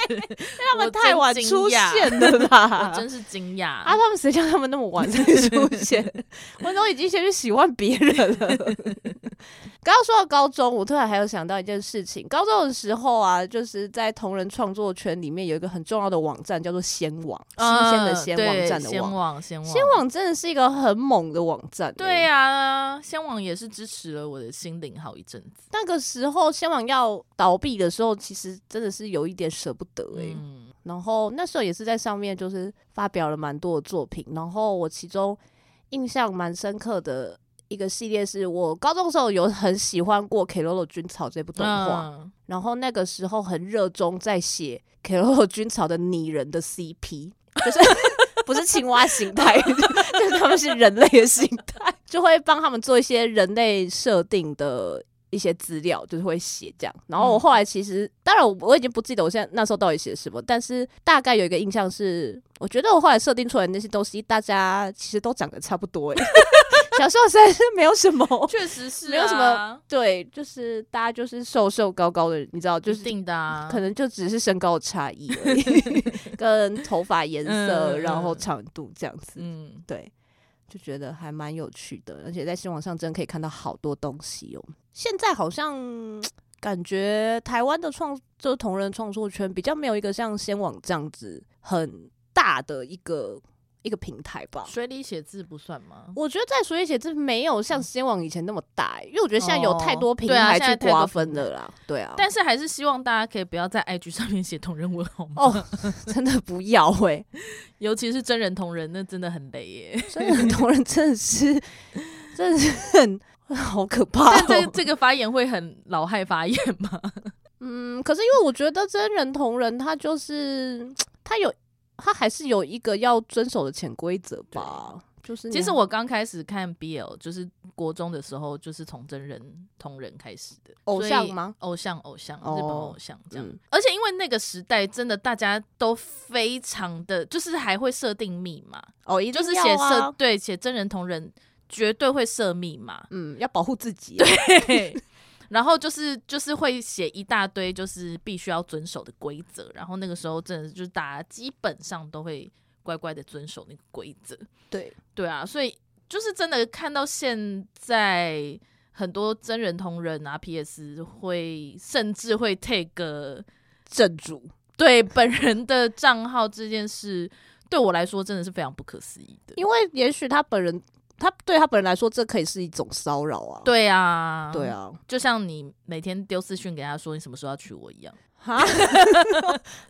Speaker 2: 他们
Speaker 1: 我
Speaker 2: 太
Speaker 1: 真
Speaker 2: 晚
Speaker 1: 惊
Speaker 2: 出
Speaker 1: 讶
Speaker 2: 现了
Speaker 1: 我
Speaker 2: 啦。
Speaker 1: 真是惊讶
Speaker 2: 啊！他们谁叫他们那么晚才出 现？我都已经先去喜欢别人了。 刚刚说到高中，我突然还有想到一件事情。高中的时候啊，就是在同人创作圈里面有一个很重要的网站，叫做“仙网”，新鲜的
Speaker 1: 嗯
Speaker 2: 仙
Speaker 1: 对
Speaker 2: 网站的
Speaker 1: 仙
Speaker 2: 网。
Speaker 1: 网，仙
Speaker 2: 仙网真的是一个很猛的网站、欸
Speaker 1: 对
Speaker 2: 呀、
Speaker 1: 呀、啊，仙网也是支持了我的心灵好一阵子。
Speaker 2: 那个时候仙网要倒闭的时候，其实真的是有一点舍不得哎、
Speaker 1: 嗯，
Speaker 2: 然后那时候也是在上面就是发表了蛮多的作品，然后我其中印象蛮深刻的一个系列是我高中的时候有很喜欢过《k o l o 军草》这部动画，
Speaker 1: 嗯
Speaker 2: 然后那个时候很热衷在写《k o l o 军草》的拟人的 CP，就是 不是青蛙形态， 就是他们是人类的形态，就会帮他们做一些人类设定的。一些资料就是会写这样，然后
Speaker 1: 嗯
Speaker 2: 我后来其实，当然我我已经不记得我现在那时候到底写什么，但是大概有一个印象是，我觉得我后来设定出来的那些东西，大家其实都长得差不多、欸。 小时候实在是没有什么，
Speaker 1: 确实是、啊、
Speaker 2: 没有什么，对，就是大家就是瘦瘦高高的，你知道，就是
Speaker 1: 一定的、啊，
Speaker 2: 可能就只是身高的差异而 已，跟头发颜色，
Speaker 1: 嗯
Speaker 2: 然后
Speaker 1: 嗯
Speaker 2: 长度这样子，
Speaker 1: 嗯，
Speaker 2: 对，就觉得还蛮有趣的，而且在新网上真的可以看到好多东西哦。现在好像嗯感觉台湾的创就是同人创作圈比较没有一个像仙网这样子很大的一个一个平台吧。
Speaker 1: 水里写字不算吗？
Speaker 2: 我觉得在水里写字没有像仙网以前那么大、欸因为我觉得现在有
Speaker 1: 哦
Speaker 2: 太多平
Speaker 1: 对啊
Speaker 2: 台
Speaker 1: 现在
Speaker 2: 去
Speaker 1: 太多
Speaker 2: 瓜
Speaker 1: 平
Speaker 2: 分
Speaker 1: 台
Speaker 2: 了啦，对啊。
Speaker 1: 但是还是希望大家可以不要在 IG 上面写同人文好吗？
Speaker 2: 哦， 真的不要欸喂、
Speaker 1: 尤其是真人同人，那真的很累耶。
Speaker 2: 所以很多人真的是，真的是很 好可怕、
Speaker 1: 但 这
Speaker 2: 哦。
Speaker 1: 这个发言会很老害发言吗？
Speaker 2: 嗯，可是因为我觉得真人同人，他就是他有他还是有一个要遵守的潜规则吧。就是你
Speaker 1: 其实我刚开始看 BL，就是国中的时候，就是从真人同人开始的。
Speaker 2: 偶
Speaker 1: 所以
Speaker 2: 像吗？
Speaker 1: 偶像，偶像，
Speaker 2: 哦
Speaker 1: 日本偶像这样。
Speaker 2: 嗯
Speaker 1: 而且因为那个时代，真的大家都非常的，就是还会设定密码，
Speaker 2: 哦，一定
Speaker 1: 就是
Speaker 2: 要
Speaker 1: 写
Speaker 2: 啊，
Speaker 1: 设对写真人同人绝对会设密码
Speaker 2: 嗯，要保护自己、对，
Speaker 1: 嘿然后就是就是会写一大堆，就是必须要遵守的规则。然后那个时候真的就是大家基本上都会乖乖的遵守那个规则。
Speaker 2: 对，
Speaker 1: 对啊，所以就是真的看到现在很多真人同人啊，PS 会甚至会 take
Speaker 2: 正主
Speaker 1: 对本人的账号这件事，对我来说真的是非常不可思议的。
Speaker 2: 因为也许他本人，他对他本人来说，这可以是一种骚扰啊。
Speaker 1: 对啊，
Speaker 2: 对，啊，
Speaker 1: 就像你每天丢私讯给他说你什么时候要娶我一样，
Speaker 2: 哈，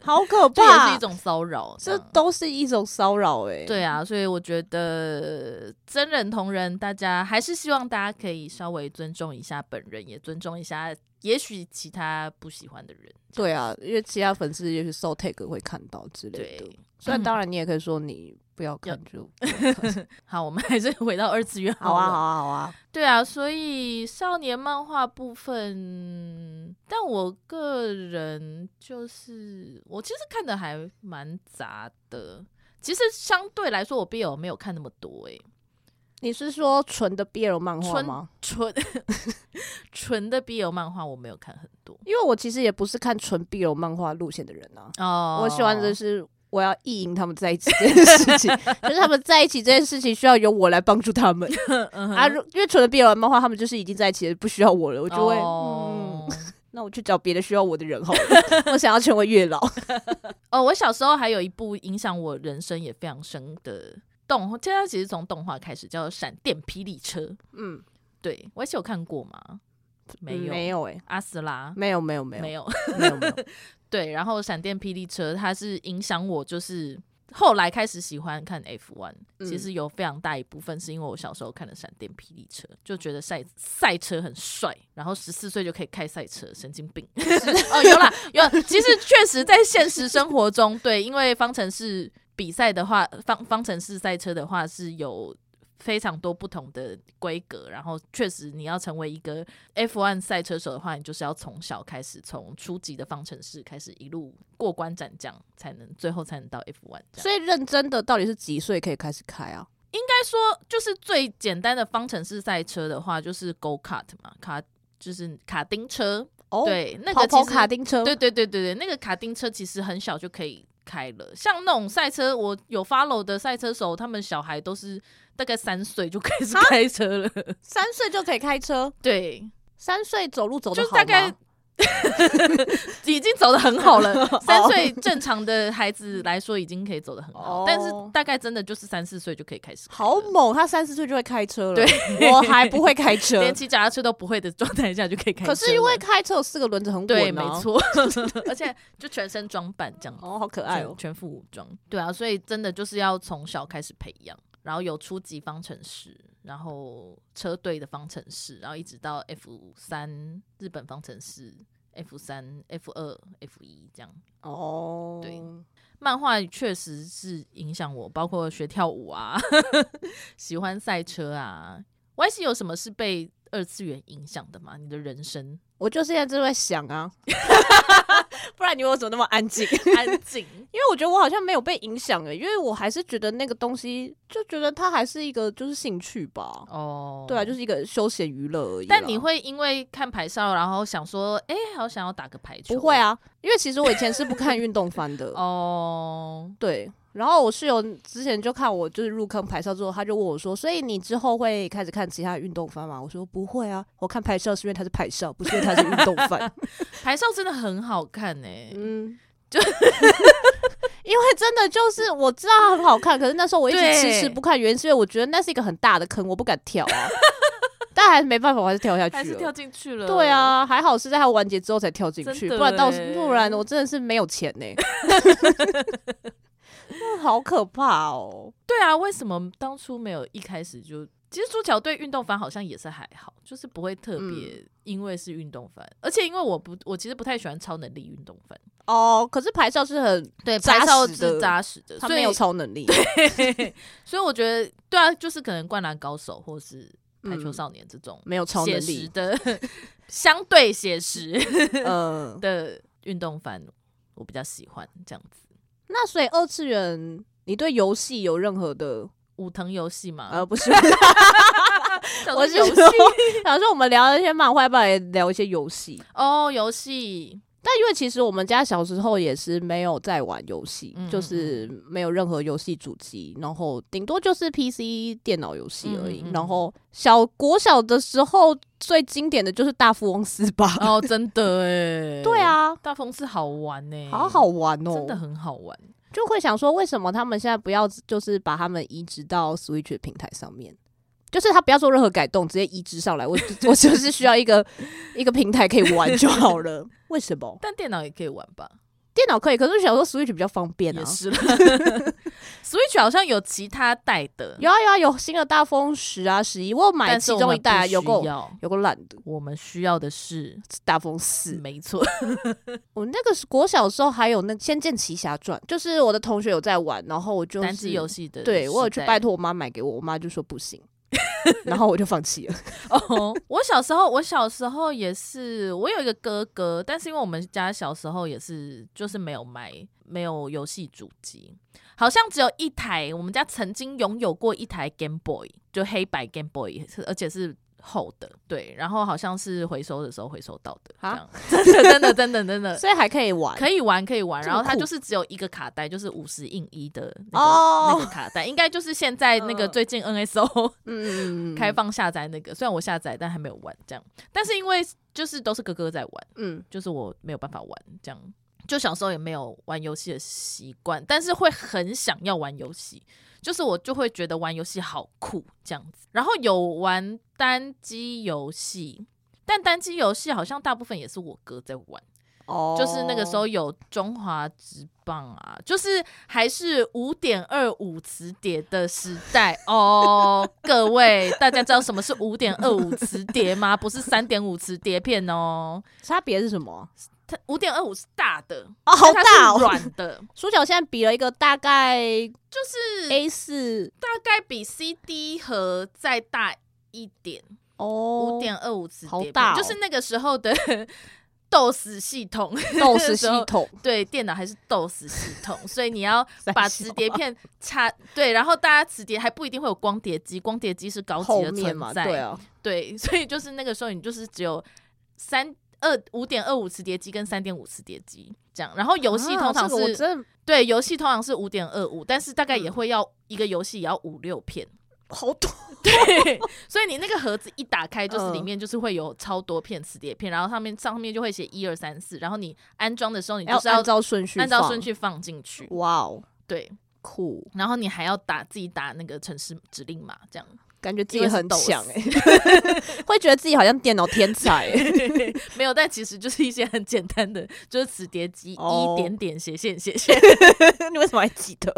Speaker 2: 好可
Speaker 1: 这也是
Speaker 2: 怕
Speaker 1: 一！种骚扰。
Speaker 2: 这
Speaker 1: 样
Speaker 2: 都是一种骚扰哎。
Speaker 1: 对啊，所以我觉得真人同人，大家还是希望大家可以稍微尊重一下本人，也尊重一下，也许其他不喜欢的人。
Speaker 2: 对啊，因为其他粉丝也许受 tag 会看到之类的
Speaker 1: 对。，
Speaker 2: 虽然当然你也可以说你不要看就不要看
Speaker 1: 好，我们还是回到二次元
Speaker 2: 好
Speaker 1: 了
Speaker 2: 啊好啊好啊，
Speaker 1: 对啊，所以少年漫画部分，但我个人就是我其实看的还蛮杂的。其实相对来说，我 BL 没有看那么多欸诶、
Speaker 2: 你是说纯的 BL 漫画
Speaker 1: 纯
Speaker 2: 吗？
Speaker 1: 纯 纯的 BL 漫画我没有看很多
Speaker 2: 因为我其实也不是看纯 BL 漫画路线的人啊，
Speaker 1: 哦
Speaker 2: 我喜欢的是。我要意淫他们在一起这件事 情，就是他们在一起这件事情需要由我来帮助他 们啊。如因为纯的 BL 漫画，他们就是已经在一起了，不需要我了，我
Speaker 1: 我
Speaker 2: 就会、
Speaker 1: 哦
Speaker 2: 嗯，那我去找别的需要我的人好了。 我想要成为月老，
Speaker 1: 哦，我小时候还有一部影响我人生也非常深的动画，现在其实从动画开始叫《闪电霹雳车》。
Speaker 2: 嗯，
Speaker 1: 对我以前有看过吗？没有，
Speaker 2: 没有哎、
Speaker 1: 阿斯拉
Speaker 2: 没有没有没有
Speaker 1: 没有。
Speaker 2: 没有没有，
Speaker 1: 对，然后闪电霹雳车它是影响我，就是后来开始喜欢看 F one，、
Speaker 2: 嗯
Speaker 1: 其实有非常大一部分是因为我小时候看的闪电霹雳车，就觉得赛赛车很帅，然后十四岁就可以开赛车，神经 病。哦，有啦有，其实确实在现实生活中，对，因为方程式比赛的话，方方程式赛车的话是有。非常多不同的规格，然后确实你要成为一个 F1 赛车手的话，你就是要从小开始，从初级的方程式开始一路过关斩将，才能最后才能到 F1 这样。
Speaker 2: 所以认真的到底是几岁可以开始开啊？
Speaker 1: 该说就是最简单的方程式赛车的话，就是 Go Kart 嘛，卡就是卡丁车，
Speaker 2: 哦，，
Speaker 1: 对，那
Speaker 2: 跑
Speaker 1: 个
Speaker 2: 跑
Speaker 1: 其实
Speaker 2: 卡丁车，
Speaker 1: 对对对对对，那个卡丁车其实很小就可以开了。像那种赛车，我有 follow 的赛车手，他们小孩都是大概三岁就开始开车了。
Speaker 2: 三岁就可以开车，
Speaker 1: 对，
Speaker 2: 三岁走路走得
Speaker 1: 就是
Speaker 2: 好
Speaker 1: 大
Speaker 2: 吗
Speaker 1: 概已经走得很好 了。
Speaker 2: 哦
Speaker 1: 三岁正常的孩子来说已经可以走得很好，
Speaker 2: 哦
Speaker 1: 但是大概真的就是三四岁就可以开始开
Speaker 2: 好
Speaker 1: 了。
Speaker 2: 猛，他三四岁就会开车了，
Speaker 1: 对，
Speaker 2: 我还不会开 车
Speaker 1: 连。骑脚踏车都不会的状态下就可以开车
Speaker 2: 可
Speaker 1: 了。
Speaker 2: 是因为啊开车有四个轮子很稳、啊，
Speaker 1: 对，没。错， 而且就全身装扮这样子。
Speaker 2: 哦，好可爱
Speaker 1: 全
Speaker 2: 哦！
Speaker 1: 全副武装。对啊，所以真的就是要从小开始培养，然后有初级方程式，然后车队的方程式，然后一直到 F 三日本方程式。F 三、F 二、F 一这样，
Speaker 2: 哦，
Speaker 1: 对漫画确实是影响我，包括学跳舞啊， 喜欢赛车啊。Y C 有什么是被二次元影响的吗？你的人生
Speaker 2: 我就现在就在想啊， 不然你以为我怎么那么安 静？
Speaker 1: 安静，
Speaker 2: 因为我觉得我好像没有被影响诶、欸因为我还是觉得那个东西，就觉得它还是一个就是兴趣吧。
Speaker 1: 哦
Speaker 2: 对啊，就是一个休闲娱乐而已啦。
Speaker 1: 但你会因为看牌少，然后想说，哎、好想要打个排球？，
Speaker 2: 不会，啊？因为其实我以前是不看运动番的
Speaker 1: 哦，
Speaker 2: 对。然后我室友之前就看我就是入坑排校之后，他就问我说：“所以你之后会开始看其他运动番吗？”我说：“不会啊，我看排校是因为它是排校，不是因为它是运动 番。
Speaker 1: 排少真的很好看欸呢、”
Speaker 2: 嗯， 就因为真的就是我知道它很好看，可是那时候我一直
Speaker 1: 对
Speaker 2: 迟迟不看，原因是因为我觉得那是一个很大的坑，我不敢跳 啊。但还是没办法，我还是跳下去了。
Speaker 1: 还是跳进去了。
Speaker 2: 对，啊，还好是在它完结之后才跳进
Speaker 1: 真
Speaker 2: 去，
Speaker 1: 的
Speaker 2: 不然到
Speaker 1: 欸
Speaker 2: 不然我真的是没有钱 呢、那好可怕哦！
Speaker 1: 对啊，为什么当初没有一开始就？其实朱桥对运动番好像也是还好，就是不会特
Speaker 2: 嗯
Speaker 1: 别因为是运动番，而且因为我不，我其实不太喜欢超能力运动番。
Speaker 2: 哦，可是牌照是很
Speaker 1: 对
Speaker 2: 扎
Speaker 1: 排少
Speaker 2: 实的
Speaker 1: 是扎实的，
Speaker 2: 他
Speaker 1: 呃所以
Speaker 2: 没有超能力，
Speaker 1: 所以我觉得对啊，就是可能灌篮高手或是排球
Speaker 2: 嗯
Speaker 1: 少年这种
Speaker 2: 没有超能
Speaker 1: 写实
Speaker 2: 力，
Speaker 1: 的， 相对写实。
Speaker 2: 嗯。
Speaker 1: 的运动番，我比较喜欢这样子。
Speaker 2: 那所以二次元，你对游戏有任何的
Speaker 1: 武藤游戏嘛，
Speaker 2: 呃，不是，
Speaker 1: 想说
Speaker 2: 我是
Speaker 1: 啊游戏
Speaker 2: 说，想说我们聊一些漫画，要不然也聊一些游戏？
Speaker 1: 哦，游戏
Speaker 2: 但因为其实我们家小时候也是没有在玩游戏，
Speaker 1: 嗯嗯
Speaker 2: 就是没有任何游戏主机，然后顶多就是 PC 电脑游戏而已。
Speaker 1: 嗯嗯嗯
Speaker 2: 然后小国小的时候最经典的就是大富翁 四吧，
Speaker 1: 哦，真的哎，
Speaker 2: 对，啊，
Speaker 1: 大风是好玩呢，
Speaker 2: 好好玩哦、
Speaker 1: 嗯真的很好玩。
Speaker 2: 就会想说，为什么他们现在不要就是把他们移植到 Switch 的平台上面？就是他不要做任何改动，直接移植上来。我 我就是需要一个一个平台可以玩就好 了。为什么？
Speaker 1: 但电脑也可以玩吧？
Speaker 2: 电脑可以，可是我想说 Switch 比较方便啊
Speaker 1: 也。是了。Switch 好像有其他代的，
Speaker 2: 有啊有啊，有新的大风十啊十一，我有买
Speaker 1: 但是
Speaker 2: 其
Speaker 1: 我
Speaker 2: 中
Speaker 1: 们
Speaker 2: 一代啊，
Speaker 1: 不
Speaker 2: 有
Speaker 1: 需
Speaker 2: 够
Speaker 1: 要
Speaker 2: 有够烂的
Speaker 1: 我们需要的是，
Speaker 2: 大风四。
Speaker 1: 没错，
Speaker 2: 我那个是国小的时候还有那《个《仙剑奇侠传》，就是我的同学有在玩，然后我就是
Speaker 1: 单机游戏的时代。
Speaker 2: 对我有去拜托我妈买给我，我妈就说 不行，然后我就放弃了。
Speaker 1: 哦，我小时候，我小时候也是，我有一个哥哥，但是因为我们家小时候也是，就是没有买，没有游戏主机，好像只有一台。我们家曾经拥有过一台 Game Boy，就黑白 Game Boy，是而且是。厚的，对，然后好像是回收的时候回收到的，这
Speaker 2: 啊
Speaker 1: 样， 真的，真的，真的，真的，
Speaker 2: 所以还可以玩，
Speaker 1: 呃可以玩，可以玩。
Speaker 2: 这么
Speaker 1: 然后它
Speaker 2: 酷
Speaker 1: 就是只有一个卡带，就是五十印一的那个、
Speaker 2: 哦
Speaker 1: 那个卡带，应该就是现在那个
Speaker 2: 嗯
Speaker 1: 最近 NSO
Speaker 2: 嗯，嗯嗯嗯
Speaker 1: 开放下载那个，虽然我下载，但还没有玩这样。但是因为就是都是哥哥在玩，
Speaker 2: 嗯，
Speaker 1: 就是我没有办法玩这样。就小时候也没有玩游戏的习惯，但是会很想要玩游戏，就是我就会觉得玩游戏好酷这样子。然后有玩单机游戏，但单机游戏好像大部分也是我哥在玩。
Speaker 2: 哦，
Speaker 1: 就是那个时候有中华职棒啊，就是还是五点二五磁碟的时代哦。 各位，大家知道什么是五点二五磁碟吗？不是三点五磁碟片哦，
Speaker 2: 差别是什么？
Speaker 1: 它五点二五是大的，
Speaker 2: 哦，好
Speaker 1: 但它
Speaker 2: 大
Speaker 1: 是
Speaker 2: 哦！
Speaker 1: 软的，
Speaker 2: 主角现在比了一个大概
Speaker 1: 就是
Speaker 2: A 四
Speaker 1: 大概比 CD 盒再大一点，
Speaker 2: 哦，
Speaker 1: 五点二五磁碟
Speaker 2: 好
Speaker 1: 片
Speaker 2: 大哦
Speaker 1: 就是那个时候的 斗死系统。
Speaker 2: 斗士系统，
Speaker 1: 对，电脑还是 DOS 系统，所以你要 把
Speaker 2: 小
Speaker 1: 磁碟片插对，然后大家磁碟还不一定会有光碟机，光碟机是高级
Speaker 2: 后
Speaker 1: 的
Speaker 2: 面
Speaker 1: 存
Speaker 2: 嘛，
Speaker 1: 在，
Speaker 2: 对啊，
Speaker 1: 对所以就是那个时候你就是只有三二五点二五磁碟机跟三点五磁碟机这样，然后游戏
Speaker 2: 啊
Speaker 1: 通常
Speaker 2: 这个我
Speaker 1: 是、
Speaker 2: 真的
Speaker 1: 对游戏通常是五点二五，但是大概也
Speaker 2: 嗯
Speaker 1: 会要、一个游戏也要五六 片，
Speaker 2: 好多，
Speaker 1: 对，所以你那个盒子一打开，就是里
Speaker 2: 嗯
Speaker 1: 面就是会有超多片磁碟片，然后上面上面就会写一二三四，然后你安装的时候你
Speaker 2: 要
Speaker 1: 就是要
Speaker 2: 按照顺序，
Speaker 1: 按照顺，序放进去，
Speaker 2: 哇哦，
Speaker 1: 对，
Speaker 2: 酷，
Speaker 1: 然后你还要打自己打那个城市指令码，这样
Speaker 2: 感觉自
Speaker 1: 因
Speaker 2: 己
Speaker 1: 为是
Speaker 2: 很
Speaker 1: 斗士
Speaker 2: 强哎，欸 会觉得自己好像电脑天才欸，
Speaker 1: 没有，但其实就是一些很简单的，就是磁碟机、
Speaker 2: 哦
Speaker 1: 一点点斜线斜线，
Speaker 2: 你为什么还记得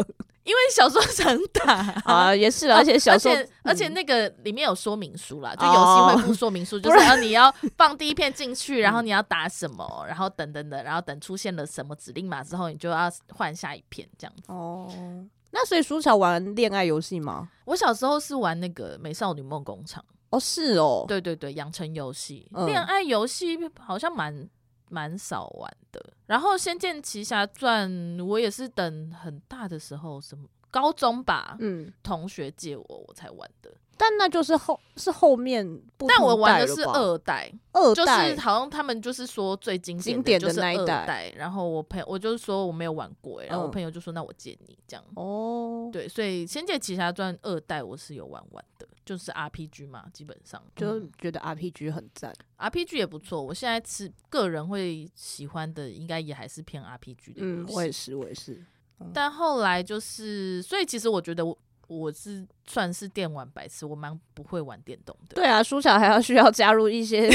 Speaker 1: 因为小时候想打。
Speaker 2: 啊？也是啦，而且小时 候
Speaker 1: 而且，而且
Speaker 2: 嗯
Speaker 1: 那个里面有说明书啦，就
Speaker 2: 哦
Speaker 1: 游戏会附说明书，就是啊要你 要放第一片进
Speaker 2: 嗯
Speaker 1: 去，然后你要打什么，然后等等等，然后等出现了什么指令码之后，你就要换下一片这样子。
Speaker 2: 哦，那所以舒乔玩恋爱游戏吗？
Speaker 1: 我小时候是玩那个《美少女梦工厂》。
Speaker 2: 哦，是哦，
Speaker 1: 对对对，养成游戏，
Speaker 2: 嗯
Speaker 1: 恋、爱游戏好像蛮蛮少玩的。然后《仙剑奇侠传》，我也是等很大的时候，什么高中吧，
Speaker 2: 嗯，
Speaker 1: 同学借我我才玩的。
Speaker 2: 但那就是后是后面不同代了吧，
Speaker 1: 但我玩的是二代，
Speaker 2: 二
Speaker 1: 就
Speaker 2: 代，
Speaker 1: 是好像他们就是说最经
Speaker 2: 经典
Speaker 1: 典
Speaker 2: 的
Speaker 1: 就是
Speaker 2: 那一
Speaker 1: 二
Speaker 2: 代
Speaker 1: 代。然后我朋友我就是说我没有玩过、欸，然后我
Speaker 2: 嗯
Speaker 1: 朋友就说那我借你这样。
Speaker 2: 哦，
Speaker 1: 对，所以《仙剑奇侠传》二代我是有玩完的，就是 RPG 嘛，基本上
Speaker 2: 就
Speaker 1: 嗯
Speaker 2: 觉得 RPG 很赞。
Speaker 1: RPG 也不错，我现在是个人会喜欢的，应该也还是偏 RPG 的
Speaker 2: 嗯
Speaker 1: 游，戏
Speaker 2: 我也是，我也是。
Speaker 1: 但后来就是，所以其实我觉得我我是算是电玩白痴，我蛮不会玩电动的。
Speaker 2: 对啊，舒乔还要需要加入一 些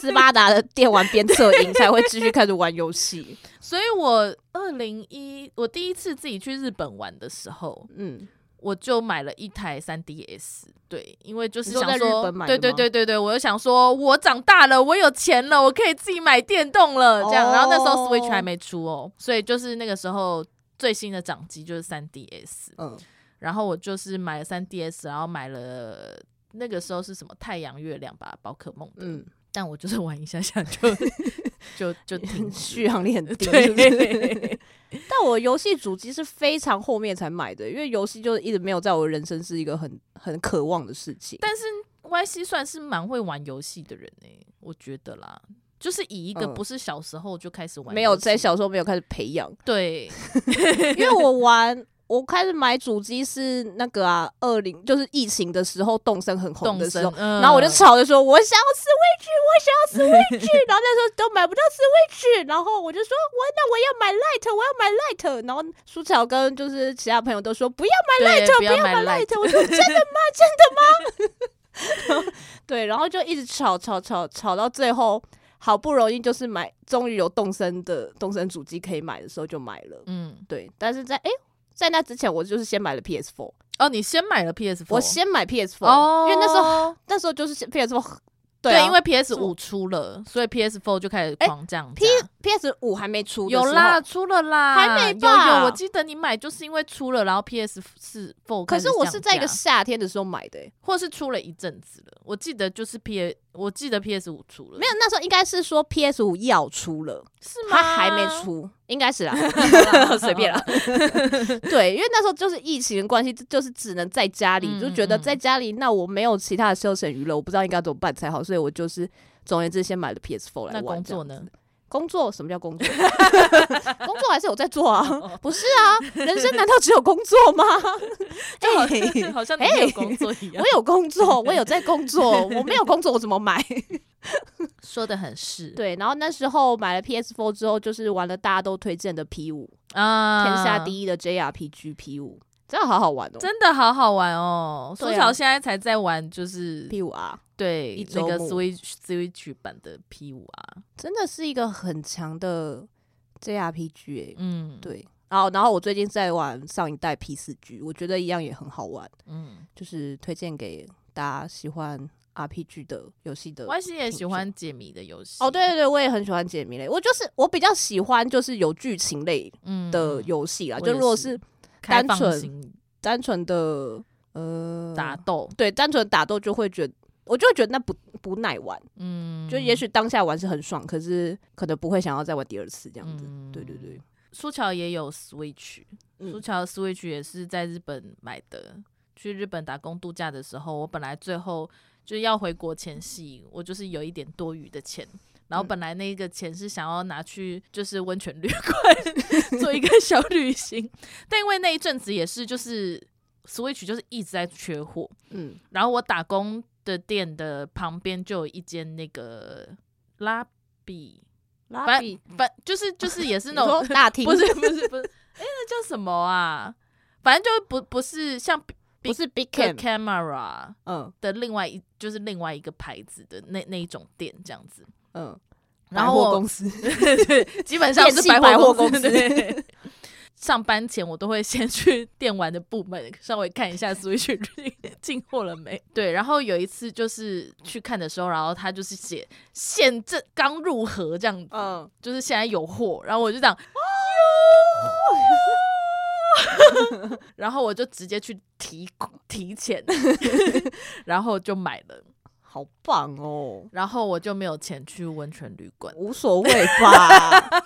Speaker 2: 斯巴达的电玩鞭策营，才会继续开始玩游戏。
Speaker 1: 所以我二零一我第一次自己去日本玩的时候，
Speaker 2: 嗯，
Speaker 1: 我就买了一台三 DS。对，因为就是
Speaker 2: 你说
Speaker 1: 想
Speaker 2: 在日
Speaker 1: 说，
Speaker 2: 本买的
Speaker 1: 对
Speaker 2: 吗
Speaker 1: 对对对对，我就想说，我长大了，我有钱了，我可以自己买电动了，这样。然后那时候
Speaker 2: 哦
Speaker 1: Switch 还没出哦，所以就是那个时候最新的掌机就是三 DS。
Speaker 2: 嗯，
Speaker 1: 然后我就是买了三 DS，然后买了那个时候是什么太阳、月亮吧，宝可梦的。
Speaker 2: 嗯，
Speaker 1: 但我就是玩一下下就 就就 停止
Speaker 2: 嗯续航力很低。是不是
Speaker 1: 对，
Speaker 2: 但我游戏主机是非常后面才买的，因为游戏就一直没有在我人生是一个很很渴望的事情。
Speaker 1: 但是 YC 算是蛮会玩游戏的人呢、欸我觉得啦，就是以一个
Speaker 2: 嗯
Speaker 1: 不是小时候就开始玩游戏，
Speaker 2: 没有在小时候没有开始培养，
Speaker 1: 对，
Speaker 2: 因为我玩我开始买主机是那个啊，二零就是疫情的时候，动森很红
Speaker 1: 动
Speaker 2: 的时
Speaker 1: 身
Speaker 2: 候，，
Speaker 1: 嗯
Speaker 2: 然后我就吵着说，我想要 Switch，我想要 Switch，然后那时候都买不到 Switch，然后我就说，我那我要买 Lite，我要买 Lite，然后舒乔跟就是其他朋友都说不要
Speaker 1: 对，
Speaker 2: Lite，
Speaker 1: 不要
Speaker 2: 买
Speaker 1: 买
Speaker 2: Lite，
Speaker 1: light，
Speaker 2: 我说真的吗？真的吗？ 对，然后就一直吵吵吵吵到最后，好不容易就是买，终于有动森的动森主机可以买的时候就买了。
Speaker 1: 嗯，
Speaker 2: 对，但是在诶，在那之前，我就是先买了 PS4，
Speaker 1: 哦，你先买了 PS，
Speaker 2: 我先买 PS4，、
Speaker 1: 哦，
Speaker 2: 因为那时候
Speaker 1: 候
Speaker 2: 那时候就是 PS4，
Speaker 1: 对,、
Speaker 2: 啊，
Speaker 1: 因为 PS
Speaker 2: 是我
Speaker 1: 五出了，所以 PS Four 就开始
Speaker 2: 哎
Speaker 1: 狂降价。
Speaker 2: P PS5 还没出，
Speaker 1: 有啦，，出了啦，
Speaker 2: 还没
Speaker 1: 有
Speaker 2: 吧
Speaker 1: 有，我记得你买就是因为出了，然后 PS 四 Four，
Speaker 2: 可是我是在一个夏天的时候买的、欸诶
Speaker 1: 或是出了一阵子了，我记得就是 P，我记得 PS 五出了，
Speaker 2: 没有，那时候应该是说 PS5 要出了，
Speaker 1: 是吗？
Speaker 2: 它还没， 出， 应该是啦。随便啦。 对，因为那时候就是疫情的关系，就是只能在家里，
Speaker 1: 嗯
Speaker 2: 就觉得
Speaker 1: 嗯嗯
Speaker 2: 在家里，那我没有其他的休闲娱乐，我不知道应该怎么办才好，所以我就是总而言之先买了 PS4
Speaker 1: 那
Speaker 2: 来玩。
Speaker 1: 工作呢？？
Speaker 2: 工作什么叫 工作？工作还是有在做
Speaker 1: 哦
Speaker 2: 啊，不是啊，人生难道只有工作吗？
Speaker 1: 就好像、
Speaker 2: 哎
Speaker 1: 好像你没有
Speaker 2: 哎
Speaker 1: 工作 一样
Speaker 2: 我，有工作，我有在工 作，我没有工作我怎么买？
Speaker 1: 说的很是，
Speaker 2: 对，然后那时候买了 PS4 之后，就是玩了大家都推荐的 P 五、
Speaker 1: 啊，
Speaker 2: 天下第一的 JRPG P 五，真的好好玩哦。
Speaker 1: 真的好好玩哦！苏
Speaker 2: 对啊
Speaker 1: 乔现在才在玩，就是、
Speaker 2: P 五 R 一
Speaker 1: 对
Speaker 2: 周
Speaker 1: 那个
Speaker 2: 目
Speaker 1: Switch Switch 版的 P 五啊，
Speaker 2: 真的是一个很强的 JRPG 欸
Speaker 1: 嗯，，
Speaker 2: 对。然后，然后我最近在玩上一代 P 四 G，我觉得一样也很好玩，
Speaker 1: 嗯，
Speaker 2: 就是推荐给大家喜欢 RPG 的游戏的。
Speaker 1: 万茜也
Speaker 2: 品
Speaker 1: 喜欢解谜的游戏
Speaker 2: 哦，对对对，我也很喜欢解谜类，我就是我比较喜欢就是有剧情类
Speaker 1: 嗯
Speaker 2: 的游戏啦，
Speaker 1: 我
Speaker 2: 就
Speaker 1: 也
Speaker 2: 如果
Speaker 1: 是
Speaker 2: 是
Speaker 1: 开
Speaker 2: 单
Speaker 1: 放
Speaker 2: 纯
Speaker 1: 型
Speaker 2: 单纯的呃
Speaker 1: 打斗，
Speaker 2: 对单纯打斗就会觉得我就会觉得那不不耐玩，
Speaker 1: 嗯，
Speaker 2: 就也许当下玩是很爽，可是可能不会想要再玩第二
Speaker 1: 嗯
Speaker 2: 次这样子。对对对，
Speaker 1: 苏乔也有 Switch，
Speaker 2: 嗯
Speaker 1: 苏乔的 Switch 也是在日本买的。去日本打工度假的时候，我本来最后就是要回国前夕，我就是有一点多余的钱，然后
Speaker 2: 嗯
Speaker 1: 本来那个钱是想要拿去就是温泉旅馆 做一个小旅行，但因为那一阵子也是就是 Switch 就是一直在缺货，
Speaker 2: 嗯，
Speaker 1: 然后我打工的店的旁边就有一间那个拉比，
Speaker 2: 拉
Speaker 1: 反
Speaker 2: 比
Speaker 1: 反就是就是也是
Speaker 2: 你
Speaker 1: 那种
Speaker 2: 说 大厅
Speaker 1: 不是不是不是，哎、那叫什么啊？反正就不不是像 Big
Speaker 2: 不是 Big Cam，
Speaker 1: Camera
Speaker 2: 嗯
Speaker 1: 的另外一就是另外一个牌子的那那一种店这样子，
Speaker 2: 嗯，
Speaker 1: 然
Speaker 2: 百
Speaker 1: 后
Speaker 2: 货
Speaker 1: 我
Speaker 2: 公司
Speaker 1: 基本上
Speaker 2: 电
Speaker 1: 是
Speaker 2: 信百货
Speaker 1: 公
Speaker 2: 公司
Speaker 1: 对上班前我都会先去电玩的部门稍微看一下 Switch 进货了没。对，然后有一次就是去看的时候，然后他就是写现正刚入盒这样子，
Speaker 2: 嗯，
Speaker 1: 就是现在有货，然后我就讲，然后我就直接去提提钱，然后就买了，
Speaker 2: 好棒哦，
Speaker 1: 然后我就没有钱去温泉旅馆，
Speaker 2: 无所谓吧。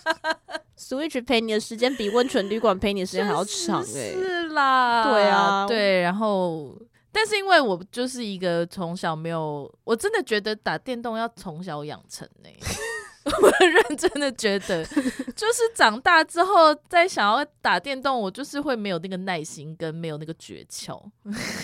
Speaker 2: Switch 陪你的时间比温泉旅馆陪你的时间还要长
Speaker 1: 是
Speaker 2: 哎、
Speaker 1: 是啦，
Speaker 2: 对啊
Speaker 1: 对，然后。但是因为我就是一个从小没有，我真的觉得打电动要从小养成呢、 我认真的觉得，就是长大之后再想要打电动，我就是会没有那个耐心跟没有那个诀窍，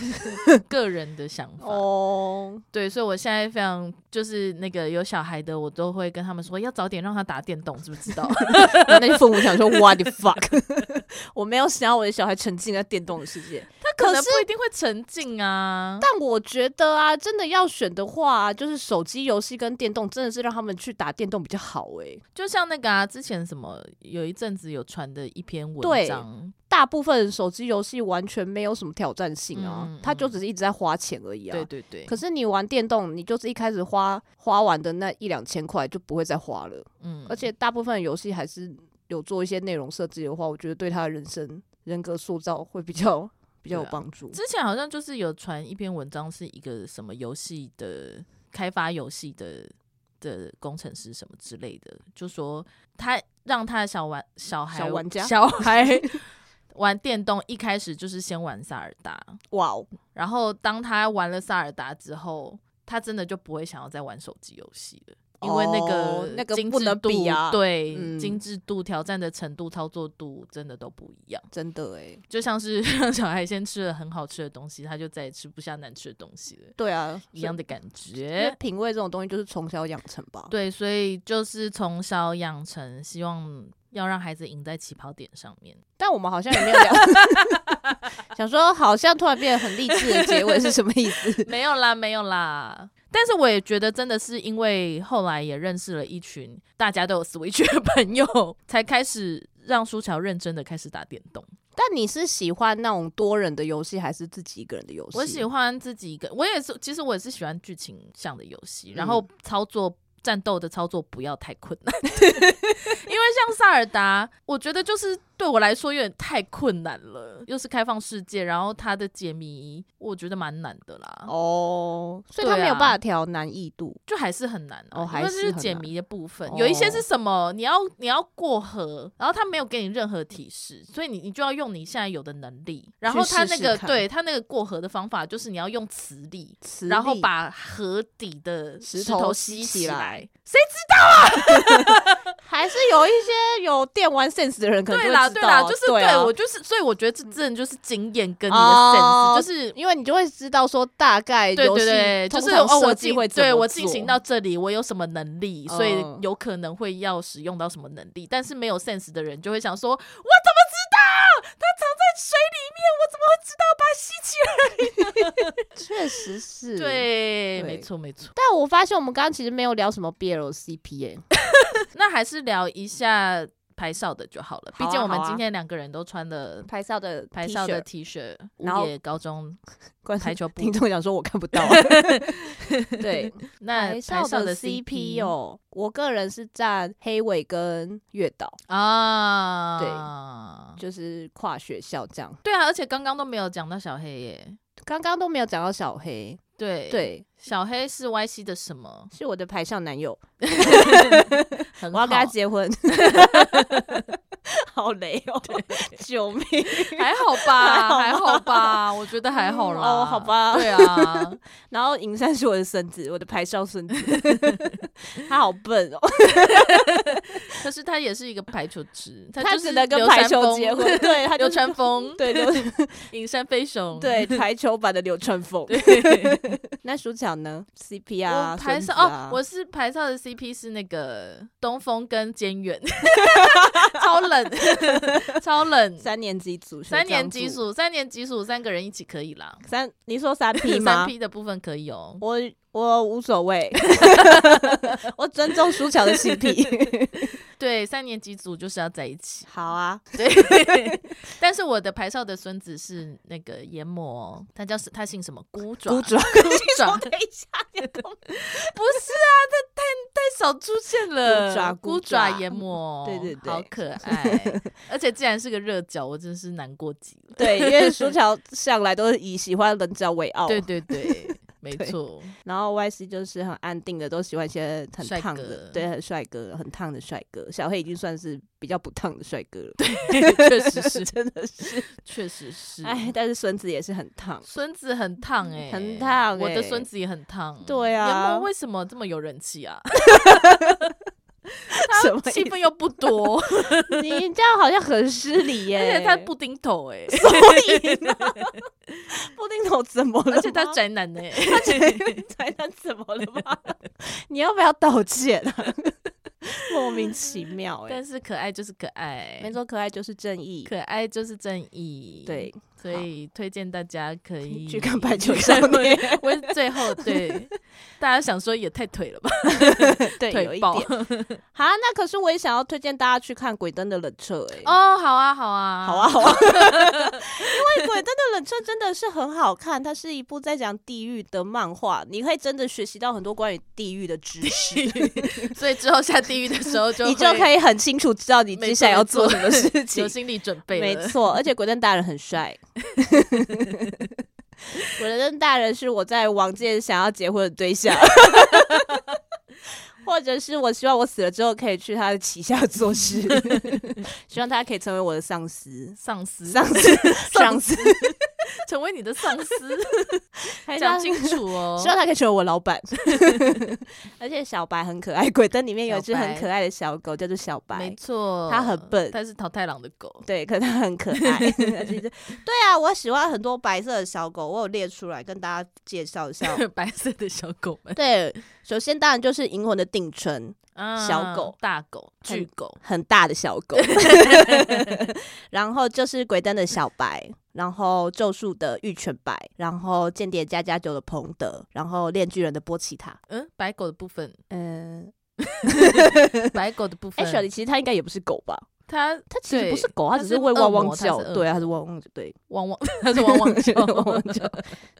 Speaker 1: 个人的想法。
Speaker 2: 哦，
Speaker 1: 对，所以我现在非常就是那个有小孩的，我都会跟他们说要早点让他打电动，知不知道？
Speaker 2: 那那些父母想 说 What the fuck？我 没有想要我的小孩沉浸在电动的世界，
Speaker 1: 他可能
Speaker 2: 可是
Speaker 1: 不一定会沉浸啊。
Speaker 2: 但我觉得啊，真的要选的话啊、就是手机游戏跟电动，真的是让他们去打电动比较好哎、
Speaker 1: 就像那个啊，之前什么有一阵子有传的一篇文
Speaker 2: 对
Speaker 1: 章，
Speaker 2: 大部分手机游戏完全没有什么挑战性啊，
Speaker 1: 嗯嗯
Speaker 2: 它就只是一直在花钱而已啊。
Speaker 1: 对对对，
Speaker 2: 可是你玩电动，你就是一开始花花完的那一两千块就不会再花了，
Speaker 1: 嗯
Speaker 2: 而且大部分游戏还是有做一些内容设计的话，我觉得对他的人生人格塑造会比较比较有
Speaker 1: 对啊
Speaker 2: 帮助。
Speaker 1: 之前好像就是有传一篇文章，是一个什么游戏的开发游戏的的工程师什么之类的，就说他让他的小玩小孩
Speaker 2: 小玩家
Speaker 1: 小孩 玩电动，一开始就是先玩萨尔达，
Speaker 2: 哇哦，
Speaker 1: 然后当他玩了萨尔达之后，他真的就不会想要再玩手机游戏了。因为那个、
Speaker 2: 哦那个
Speaker 1: 精
Speaker 2: 不
Speaker 1: 致
Speaker 2: 能
Speaker 1: 度
Speaker 2: 比啊
Speaker 1: 对、
Speaker 2: 嗯
Speaker 1: 精致度、挑战的程度、操作度真的都不一样。
Speaker 2: 真的哎、
Speaker 1: 就像是 让小孩先吃了很好吃的东西，他就再也吃不下难吃的东西了，
Speaker 2: 对啊，
Speaker 1: 一样的感
Speaker 2: 因为
Speaker 1: 觉。
Speaker 2: 品味这种东西就是从小养成吧。
Speaker 1: 对，所以就是从小养成，希望要让孩子赢在起跑点上面。
Speaker 2: 但我们好像也没有 聊，想说好像突然变得很励志的结尾是什么意 思？
Speaker 1: 没有啦，没有啦。但是我也觉得，真的是因为后来也认识了一群大家都有 Switch 的朋友，才开始让舒乔认真的开始打电动。
Speaker 2: 但你是喜欢那种多人的游戏，还是自己一个人的游戏？
Speaker 1: 我喜欢自己一个，我也是，其实我也是喜欢剧情向的游戏，然后操作。战斗的操作不要太困难， 因为像萨尔达，我觉得就是对我来说有点太困难了，又是开放世界，然后它的解谜我觉得蛮难的啦。
Speaker 2: 哦，所以他
Speaker 1: 对啊
Speaker 2: 没有办法调难易度。
Speaker 1: 就还是很难、啊、
Speaker 2: 哦还
Speaker 1: 因为
Speaker 2: 是
Speaker 1: 这是
Speaker 2: 很
Speaker 1: 解
Speaker 2: 难
Speaker 1: 谜的部分
Speaker 2: 哦，
Speaker 1: 有一些是什么？你要你要过河，然后他没有给你任何提示，所以你你就要用你现在有的能力。然后他
Speaker 2: 试
Speaker 1: 那
Speaker 2: 试
Speaker 1: 个
Speaker 2: 看
Speaker 1: 对他那个过河的方法，就是你要用磁力，
Speaker 2: 磁
Speaker 1: 然后
Speaker 2: 力
Speaker 1: 把河底的
Speaker 2: 石头
Speaker 1: 头
Speaker 2: 吸
Speaker 1: 吸
Speaker 2: 起来
Speaker 1: 来。
Speaker 2: 还是有一些有电玩 sense 的人可能
Speaker 1: 对
Speaker 2: 就
Speaker 1: 啦
Speaker 2: 会知
Speaker 1: 对
Speaker 2: 道
Speaker 1: 啦，
Speaker 2: 啊
Speaker 1: 就是
Speaker 2: 对啊嗯
Speaker 1: 我就是，所以我觉得这真的就是经验跟你的
Speaker 2: 哦
Speaker 1: sense，就是
Speaker 2: 因为你就会知道说大概
Speaker 1: 对
Speaker 2: 游戏
Speaker 1: 对对，就
Speaker 2: 通
Speaker 1: 是
Speaker 2: 常
Speaker 1: 哦，我
Speaker 2: 设计
Speaker 1: 进
Speaker 2: 会怎么
Speaker 1: 对我
Speaker 2: 做
Speaker 1: 进行到这里，我有什么能力，所以
Speaker 2: 嗯
Speaker 1: 有可能会要使用到什么能力。但是没有 sense 的人就会想说，我怎么知道它藏在水里面？我怎么会知道把它吸起来？
Speaker 2: 确实是。
Speaker 1: 对，没
Speaker 2: 对
Speaker 1: 错没错。
Speaker 2: 但我发现我们刚刚其实没有聊什么 BL CP 耶、
Speaker 1: 那还是聊一下排少的就好了，
Speaker 2: 好
Speaker 1: 毕
Speaker 2: 啊
Speaker 1: 竟我们
Speaker 2: 好啊
Speaker 1: 今天两个人都穿了
Speaker 2: 拍照的
Speaker 1: 排少的
Speaker 2: T-shirt
Speaker 1: T 恤，
Speaker 2: 然后
Speaker 1: 午野高 中
Speaker 2: 观
Speaker 1: 排球部
Speaker 2: 听。众想说我看不 到、啊，对，
Speaker 1: 那排
Speaker 2: 少
Speaker 1: 少
Speaker 2: 的
Speaker 1: 的
Speaker 2: CP 哦，我个人是站黑尾跟月岛，
Speaker 1: 啊，对。
Speaker 2: 就是跨学校这样。
Speaker 1: 对啊，而且刚刚都没有讲到小黑耶，
Speaker 2: 刚刚都没有讲到小黑，
Speaker 1: 对，
Speaker 2: 对，
Speaker 1: 小黑是 YC 的什 么？
Speaker 2: 是我的排校男友，
Speaker 1: 很
Speaker 2: 我要跟他
Speaker 1: 好
Speaker 2: 结婚， 好雷 哦，救命！
Speaker 1: 还好 吧，
Speaker 2: 还
Speaker 1: 还
Speaker 2: 好
Speaker 1: 好吧，我觉得还好啦。
Speaker 2: 嗯哦好吧
Speaker 1: 对啊，
Speaker 2: 然后尹山是我的孙子，我的排校孙子， 他好笨哦，
Speaker 1: 可是他也是一个排球痴，他
Speaker 2: 他
Speaker 1: 就是
Speaker 2: 只能跟
Speaker 1: 流
Speaker 2: 排
Speaker 1: 川
Speaker 2: 球
Speaker 1: 枫
Speaker 2: 结 婚，，对，他
Speaker 1: 流
Speaker 2: 就是
Speaker 1: 川枫、
Speaker 2: 对流
Speaker 1: 银山飞熊，
Speaker 2: 对 排球版的流川枫。
Speaker 1: 对。
Speaker 2: 那薯角呢？CP 啊，
Speaker 1: 我排
Speaker 2: 孙
Speaker 1: 上
Speaker 2: 子啊
Speaker 1: 哦，我是排上的 CP 是那个东风跟菅 远，超冷，超冷。
Speaker 2: 三年级组学
Speaker 1: 三年
Speaker 2: 长
Speaker 1: 级
Speaker 2: 组
Speaker 1: 属，三年级属三个人一起可以啦。
Speaker 2: 三，你说三 P
Speaker 1: 三
Speaker 2: 吗？
Speaker 1: P 的部分可以哦。
Speaker 2: 我我无 所谓， 我尊重薯角的 CP。
Speaker 1: 对，三年级组就是要在一起。
Speaker 2: 好啊，
Speaker 1: 对，但是我的排少的孙子是那个研磨，他叫他姓什么？孤爪，
Speaker 2: 鼓掌。
Speaker 1: 孤爪，
Speaker 2: 等一下，你的公
Speaker 1: 不是啊，他太太少出现了。
Speaker 2: 孤爪孤
Speaker 1: 孤
Speaker 2: 爪
Speaker 1: 爪研磨，
Speaker 2: 对对对
Speaker 1: 好可爱，而且竟然是个热脚，我真是难过极了。
Speaker 2: 对，因为薯条向来都是以喜欢棱角为傲，
Speaker 1: 对对 对，没错，
Speaker 2: 然后 Y C 就是很安定的，都喜欢一些很
Speaker 1: 帅
Speaker 2: 烫
Speaker 1: 哥
Speaker 2: 的，对，很帅哥，很烫的帅哥。小黑已经算是比较不烫的帅哥了，
Speaker 1: 确实是，
Speaker 2: 真的是，
Speaker 1: 确实是。
Speaker 2: 哎，但是孙子也是很烫，
Speaker 1: 孙子很烫哎、
Speaker 2: 很烫
Speaker 1: 我的
Speaker 2: 欸
Speaker 1: 孙子也很烫。
Speaker 2: 对
Speaker 1: 研
Speaker 2: 啊
Speaker 1: 磨为什么这么有人气啊？
Speaker 2: 什么
Speaker 1: 气
Speaker 2: 意
Speaker 1: 氛又不多，
Speaker 2: 思？你这样好像很失礼耶。
Speaker 1: 而且他布丁头哎、
Speaker 2: 所以呢，布丁头怎么了吗？
Speaker 1: 而且他 宅男呢、
Speaker 2: 他 宅宅男怎么了吗？ 你要不要道歉啊？ 莫名其妙哎、
Speaker 1: 但是可爱就是可爱，
Speaker 2: 没，错，可爱就是正义。
Speaker 1: 可爱就是正义。
Speaker 2: 对，，
Speaker 1: 所以推荐大家可以
Speaker 2: 去看《排球
Speaker 1: 去
Speaker 2: 少
Speaker 1: 看
Speaker 2: 年》
Speaker 1: 我最后对大家想说也太腿了吧，
Speaker 2: 对，有
Speaker 1: 腿
Speaker 2: 一
Speaker 1: 爆
Speaker 2: 点。好，啊那可是我也想要推荐大家去看《鬼灯的冷彻》哎。
Speaker 1: 哦，好啊，好啊，
Speaker 2: 好啊，，好 啊，因为《鬼灯的冷彻》真的是很好看，它是一部在讲地狱的漫画，你会真的学习到很多关于地狱的知识，
Speaker 1: 所以之后下地狱的时 候就
Speaker 2: 你就可
Speaker 1: 以
Speaker 2: 以很清楚知道你接下来要做什么事情
Speaker 1: 有。心理准备了，
Speaker 2: 没错，而且鬼灯大人 很帅。鬼灯大人是我在王界想要结婚的对象， 或者是我希望我死了之后可以去他的旗下 做事，希望他可以成为我的上司。
Speaker 1: 丧尸
Speaker 2: 上司，上司，
Speaker 1: 成为你的上 司，
Speaker 2: 还
Speaker 1: 讲
Speaker 2: 讲
Speaker 1: 清
Speaker 2: 清
Speaker 1: 楚 哦
Speaker 2: 希。望他可以成为我老板。而且小白很可爱，《鬼灯》里面有一只
Speaker 1: 小白
Speaker 2: 很可爱的小狗，叫做小
Speaker 1: 没
Speaker 2: 白。
Speaker 1: 错，
Speaker 2: 它很笨
Speaker 1: 它是淘汰狼的狗。
Speaker 2: 对，可是它很可爱。而且就对啊，我喜欢很多白色的小狗，我有列出来跟大家介绍 一下。
Speaker 1: 白色的小狗们，
Speaker 2: 对，首先当然就是银魂的定春，小狗
Speaker 1: 啊、大狗、
Speaker 2: 很
Speaker 1: 巨狗，
Speaker 2: 很大的小 狗，然后就是鬼灯的小白，然后咒术的玉泉白，然后间谍加加九的彭德，然后炼巨人的波奇塔。
Speaker 1: 嗯，白狗的部分，呃
Speaker 2: 嗯，
Speaker 1: 白狗的部分
Speaker 2: 哎，，小李其实它应该也不是狗吧？
Speaker 1: 它
Speaker 2: 它其实
Speaker 1: 对
Speaker 2: 不是狗，它
Speaker 1: 它
Speaker 2: 只
Speaker 1: 是
Speaker 2: 会
Speaker 1: 恶
Speaker 2: 汪
Speaker 1: 魔
Speaker 2: 汪
Speaker 1: 它
Speaker 2: 叫
Speaker 1: 是恶，
Speaker 2: 对啊，它是汪汪叫，对，
Speaker 1: 汪汪，它是汪汪叫，
Speaker 2: 汪汪叫。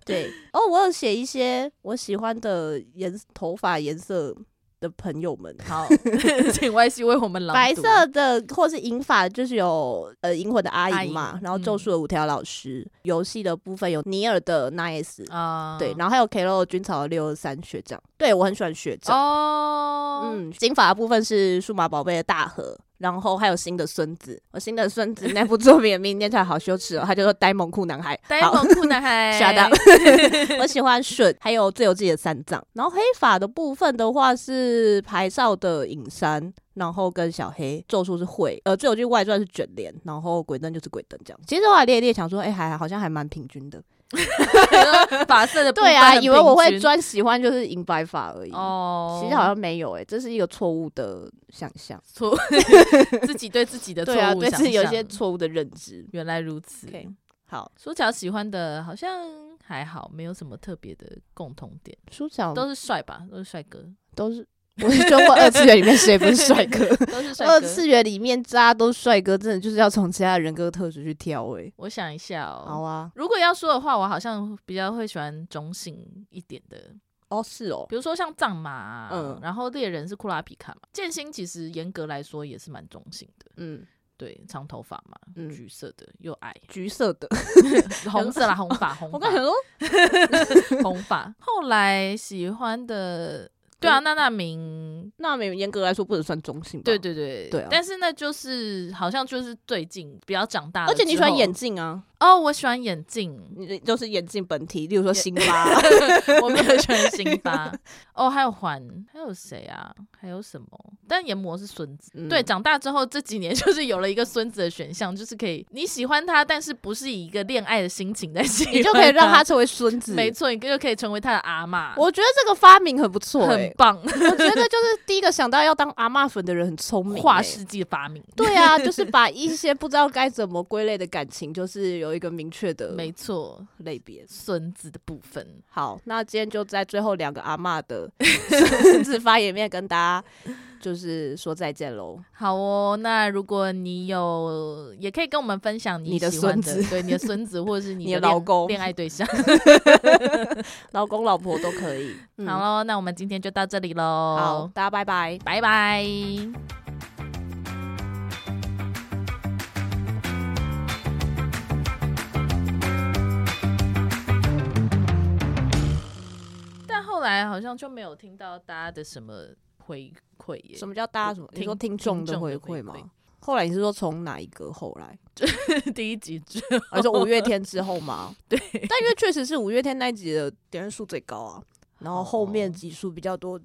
Speaker 2: 对。 哦，我有写一些我喜欢的颜头发颜色的朋友们，
Speaker 1: 好， 请 Y C 为我们朗
Speaker 2: 白
Speaker 1: 读啊
Speaker 2: 色的或是银发，就是有呃银魂的阿
Speaker 1: 阿
Speaker 2: 姨
Speaker 1: 姨
Speaker 2: 嘛，然后咒
Speaker 1: 嗯
Speaker 2: 术的五条老师，游戏的部分有尼尔的 Nice，、
Speaker 1: 啊，
Speaker 2: 对，然后还有 K 罗军草的六二三学长，对我很喜欢学长。
Speaker 1: 哦，
Speaker 2: 嗯，金发的部分是数码宝贝的大和，然后还有新的孙子。我新的孙子那部作品的名字念出来好羞耻哦，他叫做呆萌酷男孩。
Speaker 1: 呆
Speaker 2: 好
Speaker 1: 萌酷男孩，
Speaker 2: 吓 到 我喜欢顺，还有最有自己的三藏。然后黑发的部分的话是排少的影山，然后跟小黑咒术是会，呃，最有趣外传是卷帘，然后鬼灯就是鬼灯这样。其实我还列一列想说，哎、还好像还蛮平均的。
Speaker 1: 白色的部分
Speaker 2: 对啊，
Speaker 1: 很
Speaker 2: 以为我
Speaker 1: 平
Speaker 2: 会
Speaker 1: 均
Speaker 2: 专喜欢就是银白发而已。
Speaker 1: 哦，
Speaker 2: 其实好像没有哎、这是一个错误的想象。
Speaker 1: 错，自己对自己的错
Speaker 2: 对啊，
Speaker 1: 误
Speaker 2: 对
Speaker 1: 想
Speaker 2: 自己有一些
Speaker 1: 象
Speaker 2: 错误的认知。
Speaker 1: 原来如此。
Speaker 2: OK，好，
Speaker 1: 苏乔喜欢的好像还好，没有什么特别的共同点，
Speaker 2: 书角
Speaker 1: 都是帅吧，都是帅哥，
Speaker 2: 都是， 我是中国二次元里面谁不是帅哥？
Speaker 1: 都 是帅哥。
Speaker 2: 二次元里面大家都帅哥，真的就是要从其他人格特质去挑哎、
Speaker 1: 我想一下哦，
Speaker 2: 好啊，
Speaker 1: 如果要说的话，我好像比较会喜欢中性一点的，
Speaker 2: 哦是哦，
Speaker 1: 比如说像藏马、啊，
Speaker 2: 嗯
Speaker 1: 然后猎人是库拉皮卡嘛，剑心其实严格来说也是蛮中性的，
Speaker 2: 嗯，
Speaker 1: 对，长头发嘛，
Speaker 2: 嗯
Speaker 1: 橘色的又 矮，
Speaker 2: 橘色的，
Speaker 1: 红色啦，红 发，红
Speaker 2: 我刚想
Speaker 1: 发，
Speaker 2: 说，
Speaker 1: 红发。后来喜欢
Speaker 2: 嗯
Speaker 1: 的，对啊，娜娜明，
Speaker 2: 那没有严格来说不能算中性吧？
Speaker 1: 对，对对
Speaker 2: 对啊
Speaker 1: 但是那就是好像就是最近比较长大了
Speaker 2: 而
Speaker 1: 之后，
Speaker 2: 且你喜欢眼镜啊，
Speaker 1: 哦，我喜欢眼镜，
Speaker 2: 你就是眼镜本体，例如说辛巴，啊
Speaker 1: 我没有喜欢辛巴。哦，还有环，还有谁啊？还有什么？但研磨是孙子。
Speaker 2: 嗯
Speaker 1: 对，长大之后这几年 就是有了一个孙子的选项，就是可以你喜欢他，但是不是以一个恋爱的心情在喜欢，
Speaker 2: 你就可以让他。成为孙子。
Speaker 1: 没错，你就可以成为他的阿妈。
Speaker 2: 我觉得这个发明很不错、
Speaker 1: 很
Speaker 2: 欸，
Speaker 1: 棒，
Speaker 2: 我觉得就是第一个想到要当阿嬷粉的人很聪明、欸，
Speaker 1: 跨世纪的发明。
Speaker 2: 对 啊，就是把一些不知道该怎么归类的感情，就是有一个明确的
Speaker 1: 没错，
Speaker 2: 类别。
Speaker 1: 孙子的部分。
Speaker 2: 好，那今天就在最后两个阿嬷 的孙子发言面跟大家就是说再见喽。
Speaker 1: 好哦，那如果你有，也可以跟我们分享
Speaker 2: 你的
Speaker 1: 喜欢
Speaker 2: 孙子
Speaker 1: 对你的孙子，或者是你
Speaker 2: 你
Speaker 1: 的
Speaker 2: 的老
Speaker 1: 恋
Speaker 2: 公
Speaker 1: 恋爱对象。
Speaker 2: 老公老婆都可以。 嗯
Speaker 1: 好喽，那我们今天就到这里喽。
Speaker 2: 好，大家拜拜。
Speaker 1: 拜拜。但后来好像就没有听到大家的什么回馈耶，
Speaker 2: 什么叫大家什么？
Speaker 1: 听
Speaker 2: 你说听众
Speaker 1: 听
Speaker 2: 的
Speaker 1: 众
Speaker 2: 回
Speaker 1: 的
Speaker 2: 馈
Speaker 1: 回馈
Speaker 2: 吗？后来你是说从哪一个后来？
Speaker 1: 第一集之
Speaker 2: 而且五月天之后 吗？
Speaker 1: 对，
Speaker 2: 但因为确实是五月天那一集的点阅数最高啊，然后后面
Speaker 1: 哦
Speaker 2: 集数比较多，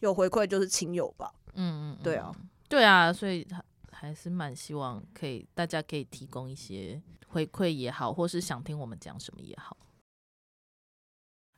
Speaker 2: 有回馈就是亲友吧。
Speaker 1: 嗯嗯，嗯
Speaker 2: 对啊，
Speaker 1: 对啊，所以还还是蛮希望可以大家可以提供一些回馈也好，或是想听我们讲什么也好。